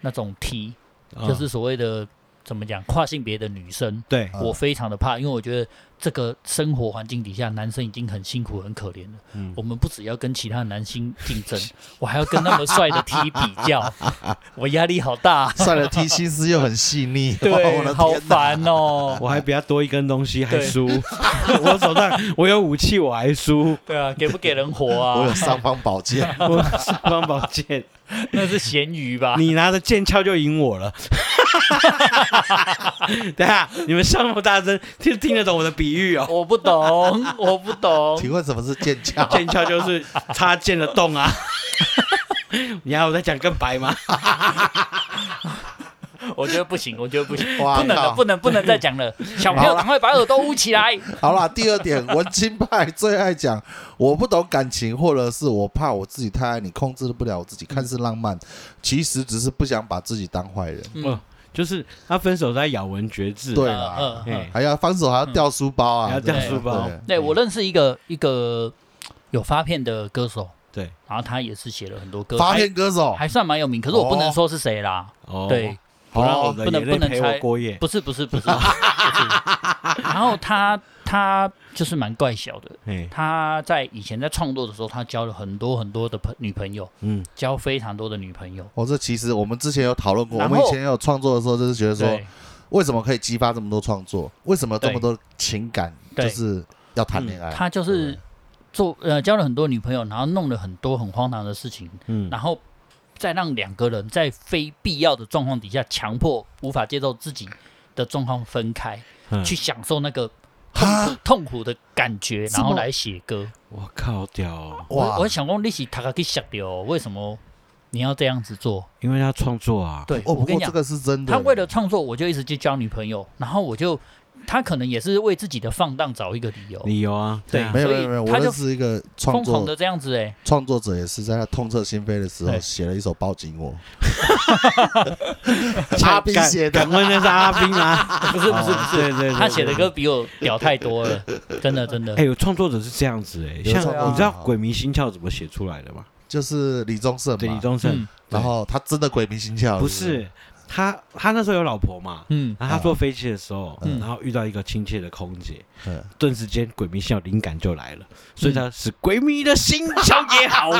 S1: 那种 T，
S3: 啊
S2: 嗯
S1: 就是所谓的、怎么讲跨性别的女生。
S2: 对
S3: 嗯
S1: 我非常的怕，因为我觉得这个生活环境底下，男生已经很辛苦、很可怜了。
S2: 嗯
S1: 我们不只要跟其他男星竞争， 我还要跟那么帅的 T 比较， 我压力好大，
S3: 算了，T 心思又很细 腻， 哇我
S1: 对，
S3: 的
S1: 好
S3: 天哪，
S1: 烦哦。
S2: 我还比他多一根东西，还
S1: 对
S2: 输。 我手上我有武器，我还 输。
S1: 对啊，给不给人活
S3: 我有
S1: 啊？
S3: 尚方宝 剑，
S2: 我是方宝剑，
S1: 那是咸鱼吧？
S2: 你拿着剑鞘就赢我了。 等一下，你们上那么大声，听听得懂我的比喻哦？
S1: 我不懂，我不懂。
S3: 请问什么是剑 鞘？
S2: 剑鞘就是插剑的洞啊。 你还有在讲更白吗？
S1: 我觉得不行，我觉得不行，
S3: 哇
S1: 不能了，
S3: 靠
S1: 不能，不能再讲 了。小朋友，赶快把耳朵捂起来。
S3: 好啦，第二点，文青派最爱讲我不懂感情，或者是我怕我自己太爱你，控制不了我自己，看似浪
S2: 嗯
S3: 漫，其实只是不想把自己当坏人。
S1: 嗯
S2: 哦，就是他分手在咬文嚼字。
S3: 对
S1: 嗯嗯
S3: 啦，
S1: 嗯
S2: 哎，
S3: 还要分手还要掉书包啊，
S2: 还要掉
S1: 书
S2: 包
S3: 对
S1: 对我认识一个一个有发片的歌手，
S2: 对，
S1: 然后他也是写了很多歌，
S3: 发片哦歌手
S1: 还还算蛮有名，可是我不能说是谁啦。
S2: 哦
S1: 对，，
S2: 不让我
S1: 不
S2: 的
S1: 能
S2: 眼泪
S1: 不能
S2: 陪
S1: 猜
S2: 我过夜。
S1: 不是不是不是不是。 然后他他就是蛮怪小的，
S2: 哎，
S1: 他在以前在创作的时候，他交了很多很多的朋女朋友，
S2: 嗯，
S1: 交非常多的女朋友。
S3: 哦，这其实我们之前有讨论过，我
S1: 然后
S3: 们以前有创作的时候，就是觉得说
S1: 对，
S3: 为什么可以激发这么多创作，为什么有这么多情感，
S1: 对嗯
S3: 就是要谈恋爱。
S1: 他
S3: 哎
S1: 就是做呃交了很多女朋友，然后弄了很多很荒唐的事情，
S2: 嗯
S1: 然后再让两个人在非必要的状况底下，强迫无法接受自己的状况分开，
S2: 嗯
S1: 去享受那个痛苦痛苦的感觉，然后来写歌。
S2: 我靠，好屌、哦！
S1: 我
S3: 哇
S1: 我，想讲你是他个去想的哦，为什么你要这样子做？
S2: 因为他创作啊，
S1: 对，
S3: 哦，
S1: 我
S3: 不
S1: 跟
S3: 过
S1: 你
S3: 这
S1: 讲，
S3: 个是真的。
S1: 他为了创作，我就一直去交女朋友，然后我就他可能也是为自己的放荡找一个理由，
S2: 理由啊，
S1: 对
S2: 啊
S3: 没有
S1: 所
S3: 没
S1: 以
S3: 有没有，
S1: 他
S3: 我
S1: 就
S3: 认识一个创
S1: 疯狂
S3: 作
S1: 的这样子哎、
S3: 创作者，也是在他痛彻心扉的时候
S1: 对
S3: 写了一首《抱紧 我
S2: 敢》，
S3: 阿斌写的
S2: 敢。问那是阿斌吗？
S1: 不是不是不
S2: 对
S1: 是，
S2: 对对，
S1: 他写的歌比我屌太多 了，真的真的。
S2: 哎，有创作者是这样子哎，
S3: 有
S2: 像
S1: 创作者
S2: 你知道《鬼迷心窍》怎么写出来的吗？
S3: 就是李宗盛
S2: 对，李
S3: 嘛，
S2: 宗盛
S1: 嗯，
S3: 然后他真的鬼迷心窍，
S2: 不
S3: 是
S2: 是他，他那时候有老婆嘛，
S1: 嗯，
S2: 然后他坐飞机的时候，
S1: 嗯
S2: 然后遇到一个亲切的空姐，
S3: 不是，嗯嗯
S2: 顿时间鬼迷心窍灵感就来了，所以他是鬼迷的心窍也好，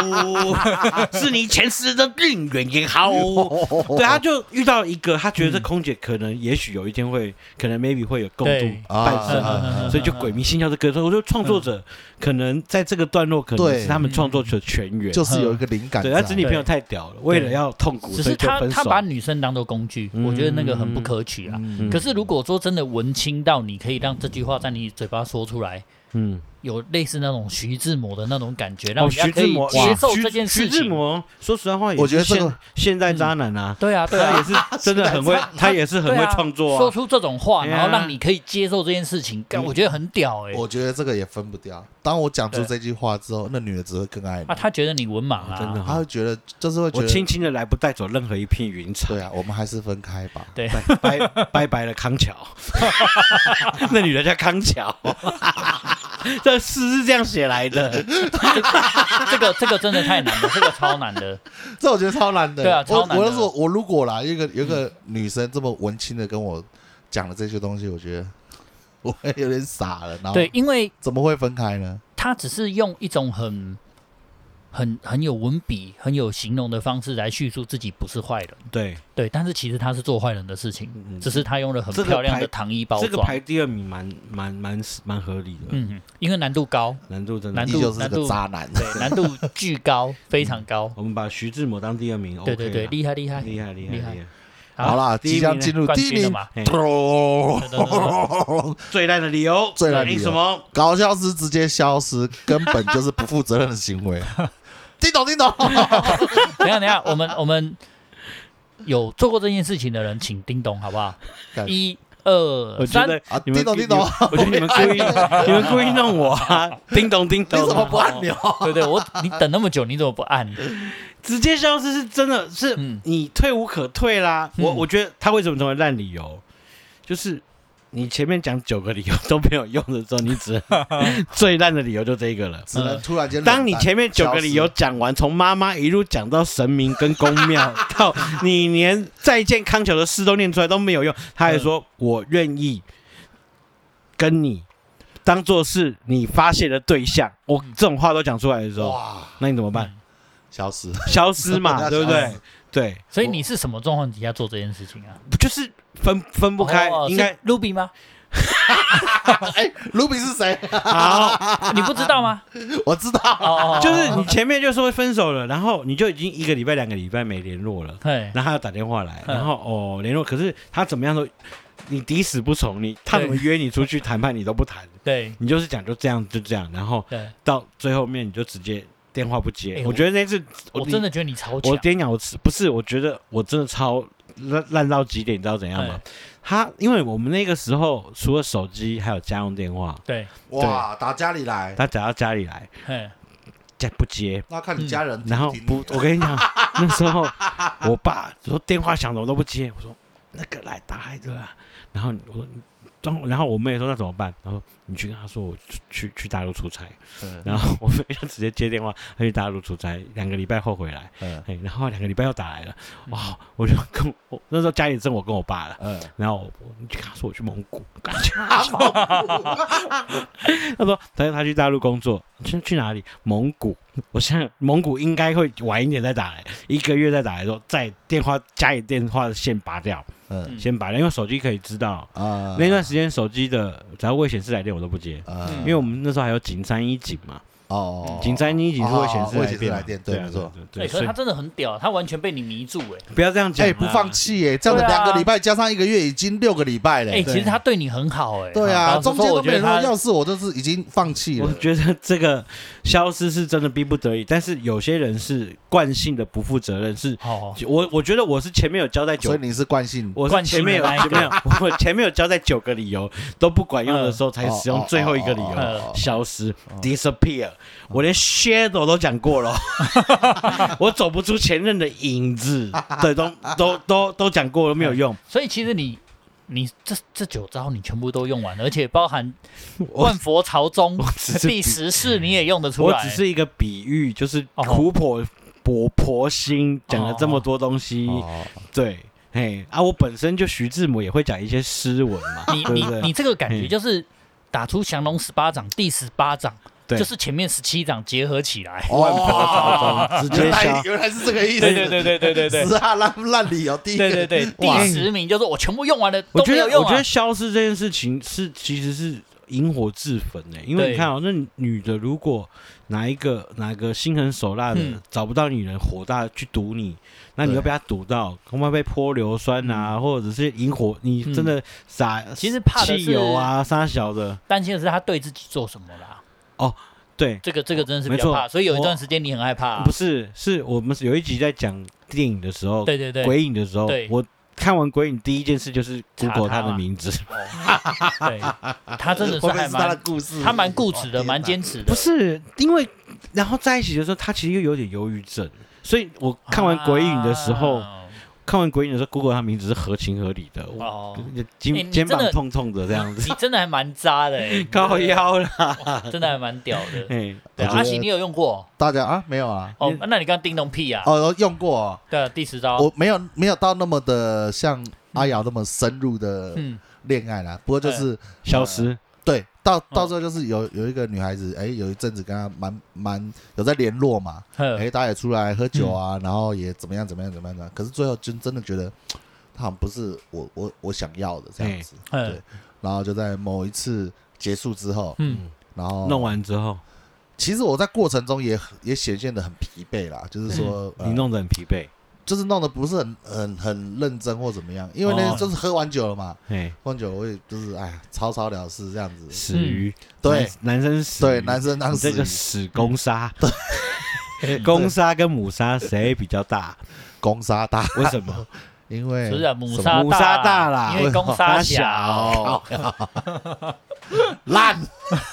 S2: 是你前世的姻缘也好， 对，
S3: 哦
S2: 他就遇到一个，他觉得这空姐可能也许有一天
S3: 嗯
S2: 会，可能 maybe 会有共
S1: 对
S2: 度
S3: 啊
S2: 半生。
S1: 嗯
S2: 所以就鬼迷心窍这歌，所以我觉得创作
S3: 嗯
S2: 者可能在这个段落可能
S3: 对
S2: 是他们创作者全员，
S3: 就是有一个灵感在。
S2: 对，他子女朋友太屌了，为了要痛苦，
S1: 只
S2: 所
S1: 是
S2: 以就
S1: 他
S2: 分
S1: 他
S2: 手。
S1: 把女生当做工具，
S2: 嗯
S1: 我觉得那个很不可取啊。
S2: 嗯
S1: 可是如果说真的文青到你可以让这句话在你嘴巴说出来，
S2: 嗯，
S1: 有类似那种徐志摩的那种感觉，让
S2: 哦，
S1: 人家
S2: 徐
S1: 可
S2: 志
S1: 以
S2: 摩
S1: 接
S2: 哇
S1: 受
S2: 徐
S1: 这件事
S2: 徐志
S1: 情。
S2: 摩，说实在话，也
S3: 我觉得
S2: 是
S3: 这个嗯
S2: 现现在渣男啊，
S1: 对啊，对
S2: 他也
S1: 啊，
S2: 是真的 很会，他也是很
S1: 对
S2: 会
S1: 啊
S2: 创作
S1: 说
S2: 啊。
S1: 出这种话，
S2: 对啊
S1: 然后让你可以接受这件事情，干
S2: 嗯
S1: 我觉得很屌哎。
S3: 我觉得这个也分不掉。当我讲出
S1: 对
S3: 这句话之后，那女的只会更爱你
S1: 啊，，他觉得你文盲
S2: 啊
S1: 啦，
S2: 真的
S3: 她
S2: 哦，
S3: 会觉得就是会觉
S2: 我
S3: 得
S2: 轻轻的来，不带走任何一片云彩
S3: 对。啊，我们还是分开吧。
S1: 对，
S2: 拜拜拜了康桥， 那女的叫康 桥，这诗是这样写来的。
S1: 这个这个真的太难了，这个超难 的。
S3: 这我觉得超难的。
S1: 对啊
S3: 我
S1: 超难的
S3: 我就说，我如果啦，有一个有一个女生这么文青的跟我讲了这些东西，我觉得我会有点傻了。然后
S1: 对，因为
S3: 怎么会分开呢？
S1: 他只是用一种很、很、很有文笔、很有形容的方式来叙述自己不是坏人，
S2: 对，
S1: 对，但是其实他是做坏人的事情，
S2: 嗯
S1: 只是他用了很
S2: 这个
S1: 漂亮
S2: 排
S1: 的糖衣包
S2: 这个
S1: 装。
S2: 排第二名蛮蛮蛮蛮合理的，
S1: 嗯，因为难度 高，
S2: 难度真的
S1: 难
S3: 你
S1: 度
S3: 就是
S1: 难度
S3: 个渣男。
S1: 对，难度巨高，非常高。
S2: 我们把徐志摩当第二名，OK 嗯
S1: 对
S2: 啦，
S1: 对对，厉害厉害
S2: 厉害厉害
S1: 厉
S2: 厉
S1: 害
S2: 害，
S3: 好啦，
S2: 第一
S3: 即
S2: 名
S3: 将进入
S1: 冠
S3: 第一
S1: 军了
S3: 名。
S1: 嘛。
S2: 嘿
S3: 咚
S1: 对对对对
S2: 最烂的理由，
S3: 最烂的理由
S2: 你什么？
S3: 搞笑是直接消失，根本就是不负责任的行为。 听懂听懂，
S1: 等一下等一下，我们我们有做过这件事情的人，请叮咚好不 好？
S3: 干
S1: 一二
S2: 呃我觉
S1: 三，
S2: 得
S3: 啊
S2: 你们
S3: 叮咚叮咚
S2: 我觉得你们故意， 你们故意弄我 啊！叮咚叮
S3: 你
S2: 咚，
S3: 怎么不按钮？
S1: 哦对对，我你等那么久，你怎么不按？
S2: 直接消失是真的是
S1: 嗯
S2: 你退无可退啦。
S1: 嗯
S2: 我我觉得他为什么成为烂理由，就是你前面讲九个理由都没有用的时候，你只 能最烂的理由就这一个了。
S3: 只能突然间冷淡。
S2: 当你前面九个理由
S3: 消失，
S2: 讲完，从妈妈一路讲到神明跟公 庙，到你连再见康桥的诗都念出来都没有用，他还
S3: 嗯
S2: 说、我愿意跟你当做是你发泄的对象。我这种话都讲出来的时候，
S3: 哇，
S2: 那你怎么办？
S3: 消失。
S2: 消失嘛，
S3: 消失
S2: 对不对？对，
S1: 所以你是什么状况底下做这件事情啊？
S2: 就是分分不开，
S1: 哦
S2: 应该
S1: 是 Ruby 吗？
S3: 哎，卢比是谁？
S2: 好，
S1: 你不知道 吗？
S3: 我知道。
S1: 哦，
S2: 就是你前面就说分手了，然后你就已经一个礼拜、两个礼拜没联络了。
S1: 对
S2: 然后他又打电话来，
S1: 嗯
S2: 然后哦联络，可是他怎么样都，你抵死不从，你他怎么约你出去谈判你都不谈，
S1: 对
S2: 你就是讲就这样就这样，然后
S1: 对，
S2: 到最后面你就直接电话不接。
S1: 哎
S2: 我觉得那次
S1: 我
S2: 你
S1: 真的觉得你超强
S2: 我，跟你讲，我是不是我觉得我真的超烂烂到极点，你知道怎样
S1: 哎
S2: 吗？他因为我们那个时候除了手机还有家用电话，
S1: 对，
S3: 哇，打家里来，
S2: 他打到家里来
S1: 嘿
S2: 再不接，
S3: 那看你家人
S1: 嗯
S3: 听
S2: 然后
S3: 听
S2: 不
S3: 你，的
S2: 我跟你 讲，那时候我爸说电话响了我都不接，我说那个来打孩子啦。然后我说，然后然后我妹说那怎么办？然后你去跟他说我去去去大陆出差，
S3: 嗯
S2: 然后我妹就直接接电话，她去大陆出差，两个礼拜后回来，
S3: 嗯
S2: 哎，然后两个礼拜又打来了，哇！我就跟我我那时候家里剩我跟我爸了。
S3: 嗯，
S2: 然后我我就跟他说我去蒙古，感 觉 他说他他去大陆工作，去去哪里？蒙古。我想想蒙古应该会晚一点再打来，一个月再打来说，再电话家里电话线拔掉，
S3: 嗯
S2: 先拔掉，因为手机可以知道。
S3: 啊
S2: 那段时间手机的只要未显示来电我都不接，
S3: 啊
S1: 嗯
S2: 因为我们那时候还有井三一井嘛，
S3: 哦哦，
S2: 请摘你已经是会显示
S3: 哦哦哦
S2: 来
S3: 会显示
S2: 电嘛，
S3: 来电对
S2: 啊
S3: 没错。
S2: 对
S1: 对，
S2: 对，
S1: 可
S2: 所
S1: 是
S2: 以
S1: 他真的很屌，他完全被你迷住哎、
S2: 不要这样讲
S3: 哎、
S2: 啦，
S3: 不放弃耶、这样子
S1: 对啊
S3: 两个礼拜加上一个月，已经六个礼拜了、
S1: 哎、其实他对你很好哎、
S3: 对啊，
S1: 老实
S3: 中
S1: 说
S3: 间都
S1: 我
S3: 没
S1: 觉得
S3: 人
S1: 他
S3: 说，要是我就是已经放弃
S2: 我
S3: 了。
S2: 觉得这个消失是真的逼不得已，但是有些人是惯性的不负责任，是
S1: 好，
S2: 我我觉得我是前面有交代
S3: 所
S2: 九
S3: 以，你是惯性
S2: 我是
S1: 惯
S2: 前
S1: 性
S2: 面
S1: 的
S2: 有
S1: 那一个
S2: 前面有 我前面有交代九个理由都不管用的时候，才使用最后一个理
S3: 哦
S1: 哦
S2: 由
S1: 哦
S3: 哦
S2: 消失 disappear。我连 shadow 都讲过了， 我走不出前任的影子，对，都都都都讲过了，没有用。
S1: 所以其实你你这这九招你全部都用完了，而且包含
S2: 我
S1: 万佛朝宗
S2: 我只是
S1: 第十式你也用得出
S2: 我
S1: 来，欸
S2: 只是一个比喻，就是
S1: 哦
S2: 苦婆婆婆心讲了这么多东西，
S3: 哦
S2: 对，嘿啊，我本身就徐志摩也会讲一些诗文嘛，
S1: 你
S2: 对
S1: 你
S2: 不对？
S1: 你这个感觉
S2: 嗯
S1: 就是打出降龙十八掌第十八掌，
S2: 对
S1: 就是前面十七掌结合起来。
S3: 哦
S2: 万佛朝
S1: 哦
S2: 宗，直
S3: 原
S2: 接
S3: 来
S2: 消。
S3: 原来是这个意思，
S1: 对对对
S3: 是啊，烂烂理由第一个，
S1: 对对对，
S3: 哇
S1: 第十名就是我全部用完了，
S2: 我
S1: 都
S2: 觉
S1: 没
S2: 得
S1: 有，用
S2: 我觉
S1: 啊
S2: 得。消失这件事情是其实是引火自焚呢、因为
S1: 对
S2: 你看哦，那女的如果哪一个哪个心狠手辣的、
S1: 嗯
S2: 找不到女人，火大去毒你，那你
S3: 对
S2: 又被她毒到，恐怕被泼硫酸啊，或者是引火，你真的撒、
S1: 嗯其实怕的
S2: 汽
S1: 是
S2: 油啊，撒小的，
S1: 担心的是他对自己做什么啦。
S2: 对，
S1: 这个这个真的是
S2: 哦没
S1: 比较
S2: 错
S1: 怕，所以有一
S2: 我
S1: 段时间你很害怕啊。
S2: 不是，是我们有一集在讲电影的时候，
S1: 对对对，
S2: 鬼影的时候
S1: 对，
S2: 我看完鬼影第一件事就是 Google
S1: 查他
S2: 他的
S1: 嘛
S2: 名字，
S1: 哦对，他真的是
S3: 后面
S1: 还
S3: 是他的
S1: 蛮
S3: 故事，
S1: 他蛮固执的，
S3: 哇
S1: 蛮，坚
S3: 哦天
S1: 持的。
S2: 不是因为然后在一起的时候，他其实又有点忧郁症，所以我看完鬼影的时候，
S1: 啊
S2: 看完鬼影的时候，Google 他名字是合情合理的，我
S1: 哦，
S2: 肩、
S1: 哎你
S2: 肩膀
S1: 真的
S2: 痛痛的这样子，
S1: 你真的还蛮渣的 欸，
S2: 高腰了，
S1: 真的还蛮屌 的。
S2: 哎，
S1: 对，啊
S3: 我觉得
S1: 阿喜你有用过？
S3: 哪大家啊没有啊？
S1: 哦
S2: 你，
S1: 那你刚刚叮咚屁啊？
S3: 哦，用过哦，
S1: 对啊，第十招。
S3: 我没有没有到那么的像阿瑶那么深入的
S1: 嗯，哎
S3: 恋爱啦，不过就是
S2: 消失，
S3: 对，到
S1: 嗯
S3: 到最后就是有有一个女孩子，哎，有一阵子跟她蛮蛮有在联络嘛，
S1: 呵
S3: 哎，大家也出来喝酒
S1: 嗯
S3: 啊，然后也怎么样怎么样怎么样的，可是最后就真的觉得她好像不是我我我想要的这样子，
S1: 嗯
S3: 对，然后就在某一次结束之后，
S1: 嗯，
S3: 然后
S2: 弄完之后
S3: 其实我在过程中也很也显现的很疲惫啦，就是说、呃
S2: 你弄得很疲惫，
S3: 就是弄得不是很很很认真或怎么样，因为呢、
S2: 哦
S3: 就是喝完酒了嘛，
S2: 哎，
S3: 喝完酒我也就是哎呀草草了事这样子，
S2: 死鱼，
S3: 对
S2: 男，男生死
S3: 对，
S2: 鱼
S3: 男生当
S2: 你
S3: 时
S2: 这个死公杀， 公杀跟母杀谁比较 大？
S3: 攻杀大，
S2: 为什么？
S3: 因为
S1: 不是啊，母
S3: 什
S1: 杀
S2: 母杀大啦
S1: 因为公杀小。
S2: 小，哦
S3: 么烂，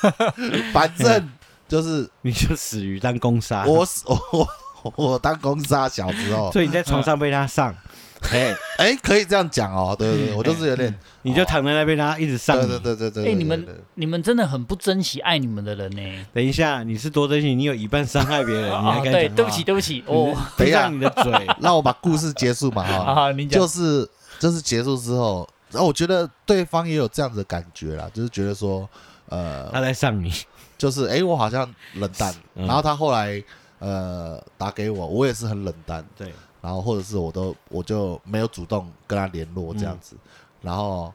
S3: 反正就是
S2: 你就死鱼当公杀。
S3: 我 我我我当攻杀小时候，
S2: 所以你在床上被他上，
S3: 哎哎可以这样讲哦，对对对，我就是有点
S2: 你就躺在那边，他一直上
S3: 对
S2: 你。
S3: 对对对对，
S1: 哎，
S3: 对
S1: 你
S3: 对对
S1: 们你们真的很不珍惜爱你们的人呢。
S2: 等一下，你是多珍惜，你有一半伤害别 人，你还
S1: 哦，
S2: 敢
S1: 对，
S2: 讲话
S1: 对不起，，对不起，
S2: 你
S1: 哦，
S2: 闭上你的 嘴。
S3: 让我把故事结束 嘛哈
S1: 好，啊好，你讲
S3: 就。是就是结束之后，然后我觉得对方也有这样子的感觉啦，就是觉得说，呃，
S2: 他在上 你，
S3: 就是哎、诶我好像冷淡，
S2: 嗯
S3: 然后他后来呃打给我，我也是很冷淡，
S2: 对，
S3: 然后或者是我都我就没有主动跟他联络这样子，
S1: 嗯
S3: 然后。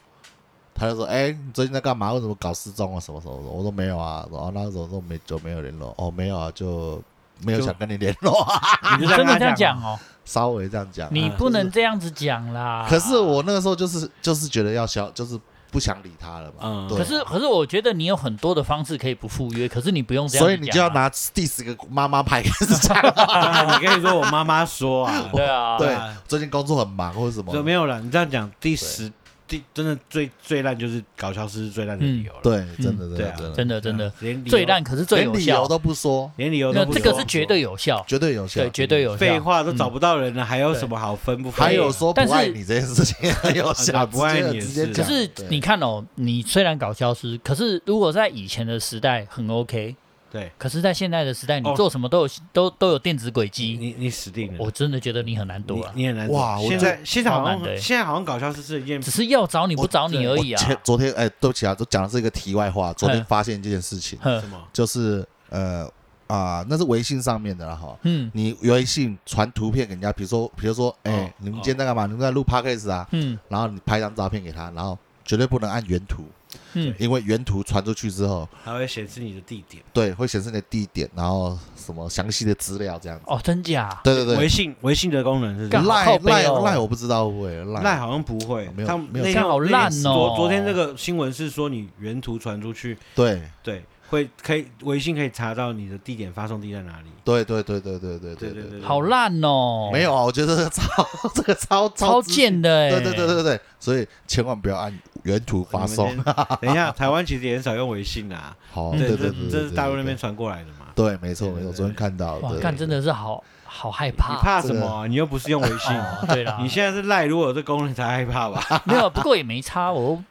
S3: 他就说：“哎、你最近在干嘛？为什么搞失踪啊？什么什么什么？”我说：“没有啊。”然后那时候说没就没有联络。哦，没有啊，就没有
S2: 就
S3: 想跟你联络 啊。
S2: 你就
S1: 真
S2: 跟
S1: 的
S2: 他啊嗯
S1: 这样讲
S2: 嘛
S1: 哦，
S3: 稍微这样讲啊，
S1: 你不
S3: 就是
S1: 能这样子讲啦。
S3: 可是我那个时候就是就是觉得要消，就是不想理他了嘛。
S2: 嗯
S3: 对
S1: 可是，可是我觉得你有很多的方式可以不赴约，可是你不用这样、啊
S3: 所以你就要。拿第十个妈妈牌开始讲了。
S2: 啊你可以说我妈妈说 啊，
S1: 对啊，
S3: 对
S2: 啊，
S3: 最近工作很忙或者什么
S2: 就。没有了。你这样讲，第十，第真的最最烂就是搞消失是最烂的理由了。
S3: 对，真的真
S2: 对
S3: 的
S2: 啊
S3: 真的，
S1: 真的嗯真的
S2: 连理由
S1: 最烂，可是最
S3: 嗯连
S1: 有
S3: 理
S1: 效
S3: 由。都不说，
S2: 连理由
S1: 那
S2: 都不
S1: 这个
S2: 说
S1: 是绝对嗯有效，
S3: 绝对有效
S1: 对，。绝对有效。
S2: 废话，都找不到人了，还有什么好分不分？
S3: 还有说
S1: 但
S3: 不
S1: 是
S3: 爱你这件事情 很有效，
S2: 啊对不爱你也
S3: 直接
S2: 是
S1: 可
S3: 直接
S1: 是
S3: 讲。
S1: 你
S3: 对
S1: 看哦，你虽然搞消失，可是如果在以前的时代很 OK，
S2: 对，
S1: 可是，在现在的时代，你
S2: 哦
S1: 做什么都有、都都有电子轨迹，
S2: 你你死定了。
S1: 我真的觉得你很难躲啊。
S2: 你你很难
S3: 哇我
S2: 现在现在好
S1: 超难的欸
S2: 像现在好像搞消失是一件
S1: 只是要找你不
S3: 我
S1: 找你而
S3: 我
S1: 已啊。
S3: 前昨天哎，对不起啊，都讲的是一个题外话。昨天
S1: 嗯
S3: 发现这件事情，
S1: 哼
S2: 什么？
S3: 就是呃啊，那是微信上面的了哈。
S1: 嗯
S3: 你微信传图片给人家，比如说，比如说，哎、
S2: 哦
S3: 你们今天在干嘛？你们在录 podcast 啊？
S1: 嗯，
S3: 然后你拍张照片给他，然后绝对不能按原图，
S1: 嗯，
S3: 因为原图传出去之后，
S2: 还会显示你的地点。
S3: 对，会显示你的地点，然后什么详细的资料这样子。
S1: 哦，真假？
S3: 对对
S2: 微
S3: 对，
S2: 信微信的功能是这
S1: 干
S2: 样，
S1: 好
S3: 赖
S1: 靠背
S3: 赖
S1: 哦
S3: 赖我不知道会不会
S2: 赖
S3: 赖，
S2: 好像不会，
S3: 啊哦没有
S2: 他们
S3: 没有
S2: 那
S1: 这
S2: 天
S1: 样好烂哦
S2: 昨昨天这个新闻是说你原图传出去，
S3: 对
S2: 对，会可以微信可以查到你的地点发送地在哪里。
S3: 对对对对对对
S2: 对
S3: 对
S2: 对，
S1: 好烂哦，
S3: 没有啊，我觉得这个超这个超
S1: 超
S3: 值
S1: 贱的哎，
S3: 对对对对对，所以千万不要按原图发送
S2: 你。们先。等一下，台湾其实也很少用微信啊，
S3: 好，
S1: 嗯
S3: 对
S2: 对，
S3: 对
S2: 这
S3: 对，
S2: 这是
S3: 对
S2: 大陆那边。传过来的嘛。
S3: 对，对没错没
S2: 对对
S3: 错，
S2: 对
S3: 昨天看到。
S1: 哇，
S3: 对
S1: 干真。的是好好害
S2: 你
S1: 怕。
S2: 怕什么啊？你又不是用微信，
S1: 哦，对啦
S2: 你，现在是赖，如果有这功能才害怕吧？
S1: 没有，不过也没差，我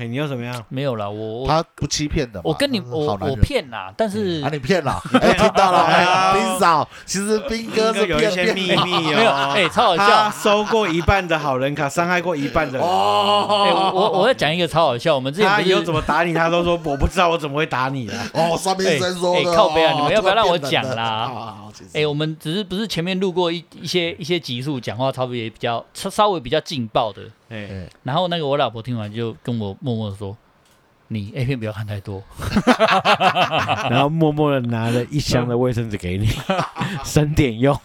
S2: 嘿，你又怎么样？
S1: 没有啦，我我
S3: 他不欺骗的嘛，
S1: 我跟你
S3: 他是
S1: 我
S3: 好男
S1: 我
S3: 人
S1: 骗啦，但是
S3: 啊，你骗了，哎，听到了，
S2: 哎呀
S3: 哎，冰嫂，其实兵哥是
S2: 应该有一
S3: 骗
S2: 些
S3: 骗
S2: 秘 密
S1: 没有，
S3: 啊
S2: 哦。
S1: 哎，超好
S2: 他
S1: 笑。
S2: 收过一半的好人卡，伤害 过一半的人。哦，
S1: 哎，我我我要讲一个超好笑，我们之前
S2: 他
S1: 不
S2: 以后
S1: 是
S2: 怎么打你，他都说我不知道我怎么会打你啊。
S3: 哦，上面先说的，
S1: 哎哎靠背啊
S3: 哦
S1: 你们要不要
S3: 这个
S1: 让我
S3: 骗人
S1: 讲
S3: 的
S1: 啦
S3: 好好好其实
S1: 哎、我们只是不是前面路过一一些一些集数，讲话差不多也比较稍稍微比较劲爆的。
S2: 哎，
S1: 然后那个我老婆听完就跟我默默地说：“你 A 片不要看太多。
S2: 然后默默的拿了一箱的卫生纸给 你，省点用。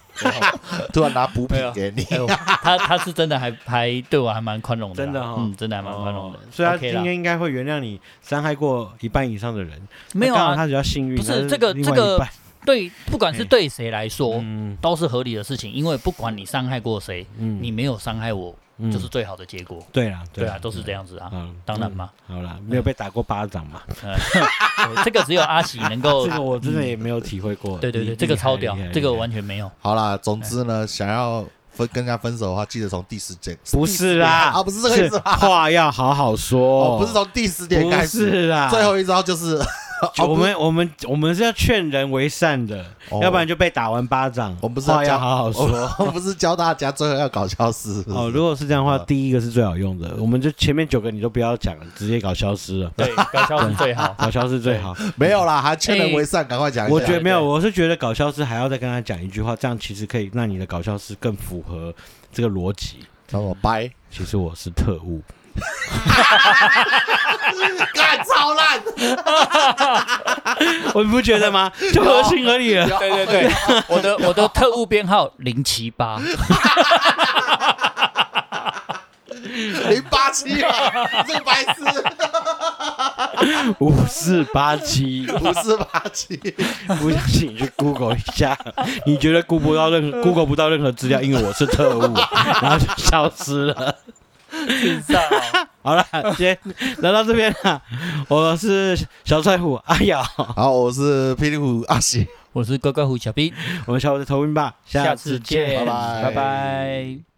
S3: 突然拿补
S1: 没有
S3: 品给你，
S1: 哎呦”她她是真的还还对我还蛮宽容的啦，
S2: 真的哦
S1: 嗯，真的还蛮宽容的。
S2: 所以他
S1: OK
S2: 今
S1: 啦
S2: 天应该会原谅你伤害过一半以上的人。
S1: 没有
S2: 那刚好
S1: 啊，
S2: 他比较幸运。
S1: 不是
S2: 他
S1: 这个
S2: 另外
S1: 这个
S2: 一半
S1: 对，不管是
S2: 哎
S1: 对谁来说、
S2: 嗯
S1: 都是合理的事情，因为不管你伤害过谁，
S2: 嗯
S1: 你没有伤害我，
S2: 嗯
S1: 就是最好的结果。
S2: 对啦，
S1: 对啊，都是这。样子啊，
S2: 嗯，
S1: 当然嘛，
S2: 好啦，没有被打过巴掌嘛，
S1: 对这个只有阿 喜能够
S2: 嗯这。个我真的也没有体会过。
S1: 对对对，
S2: 厉
S1: 这个超屌
S2: 厉害厉，害
S1: 这个
S2: 厉
S1: 我
S2: 害
S1: 完全没有。
S3: 好啦，总之呢，想要分跟人家分手的话，记得从第十点，
S2: 不是啦，
S3: 啊不是这个意思啊
S2: 话要好好说，
S3: 哦，不是从第十点开
S2: 不
S3: 始，
S2: 是啦，
S3: 最后一招就是
S2: 就我们我们我们是要劝人为善的，
S3: 哦
S2: 要不然就被打完巴掌。
S3: 我们不是哦
S2: 话要
S3: 教
S2: 好好说。
S3: 我们不是教大家最后要搞消失。
S2: 哦，如果是这样的话，
S3: 嗯
S2: 第一个是最好用的，我们就前面九个你都不要讲了，直接搞消失 了，
S1: 对，高消是最好。
S2: 搞消失最好。
S3: 没有啦，还劝人为善，赶快讲一下。
S2: 我觉得没有，
S1: 对
S2: 我是觉得搞消失还要再跟他讲一句话，这样其实可以让你的搞消失更符合这个逻辑。
S3: 让我掰，
S2: 其实我是特 务，
S3: 干超烂，哦
S2: 我不觉得吗？就合情合 理了。
S1: 对对对， 我的我的特务编号零七 八，
S3: 零八七啊，你这个白痴，
S2: 五四八七，
S3: 不是八七，
S2: 不 信你去 Google 一下，你觉得 Google 不到任何 Google 不到任何资料，因为我是特务， 然后就消失了。
S1: 智障哦、
S2: 好了，先聊到这边了。我是小帅虎阿瑶，
S3: 好，我是霹雳虎阿喜，
S1: 我是乖乖虎小兵，
S2: 我们下午再投屏吧，
S1: 下
S2: 次
S1: 次
S2: 见。
S1: 见，
S3: 拜拜
S1: 拜拜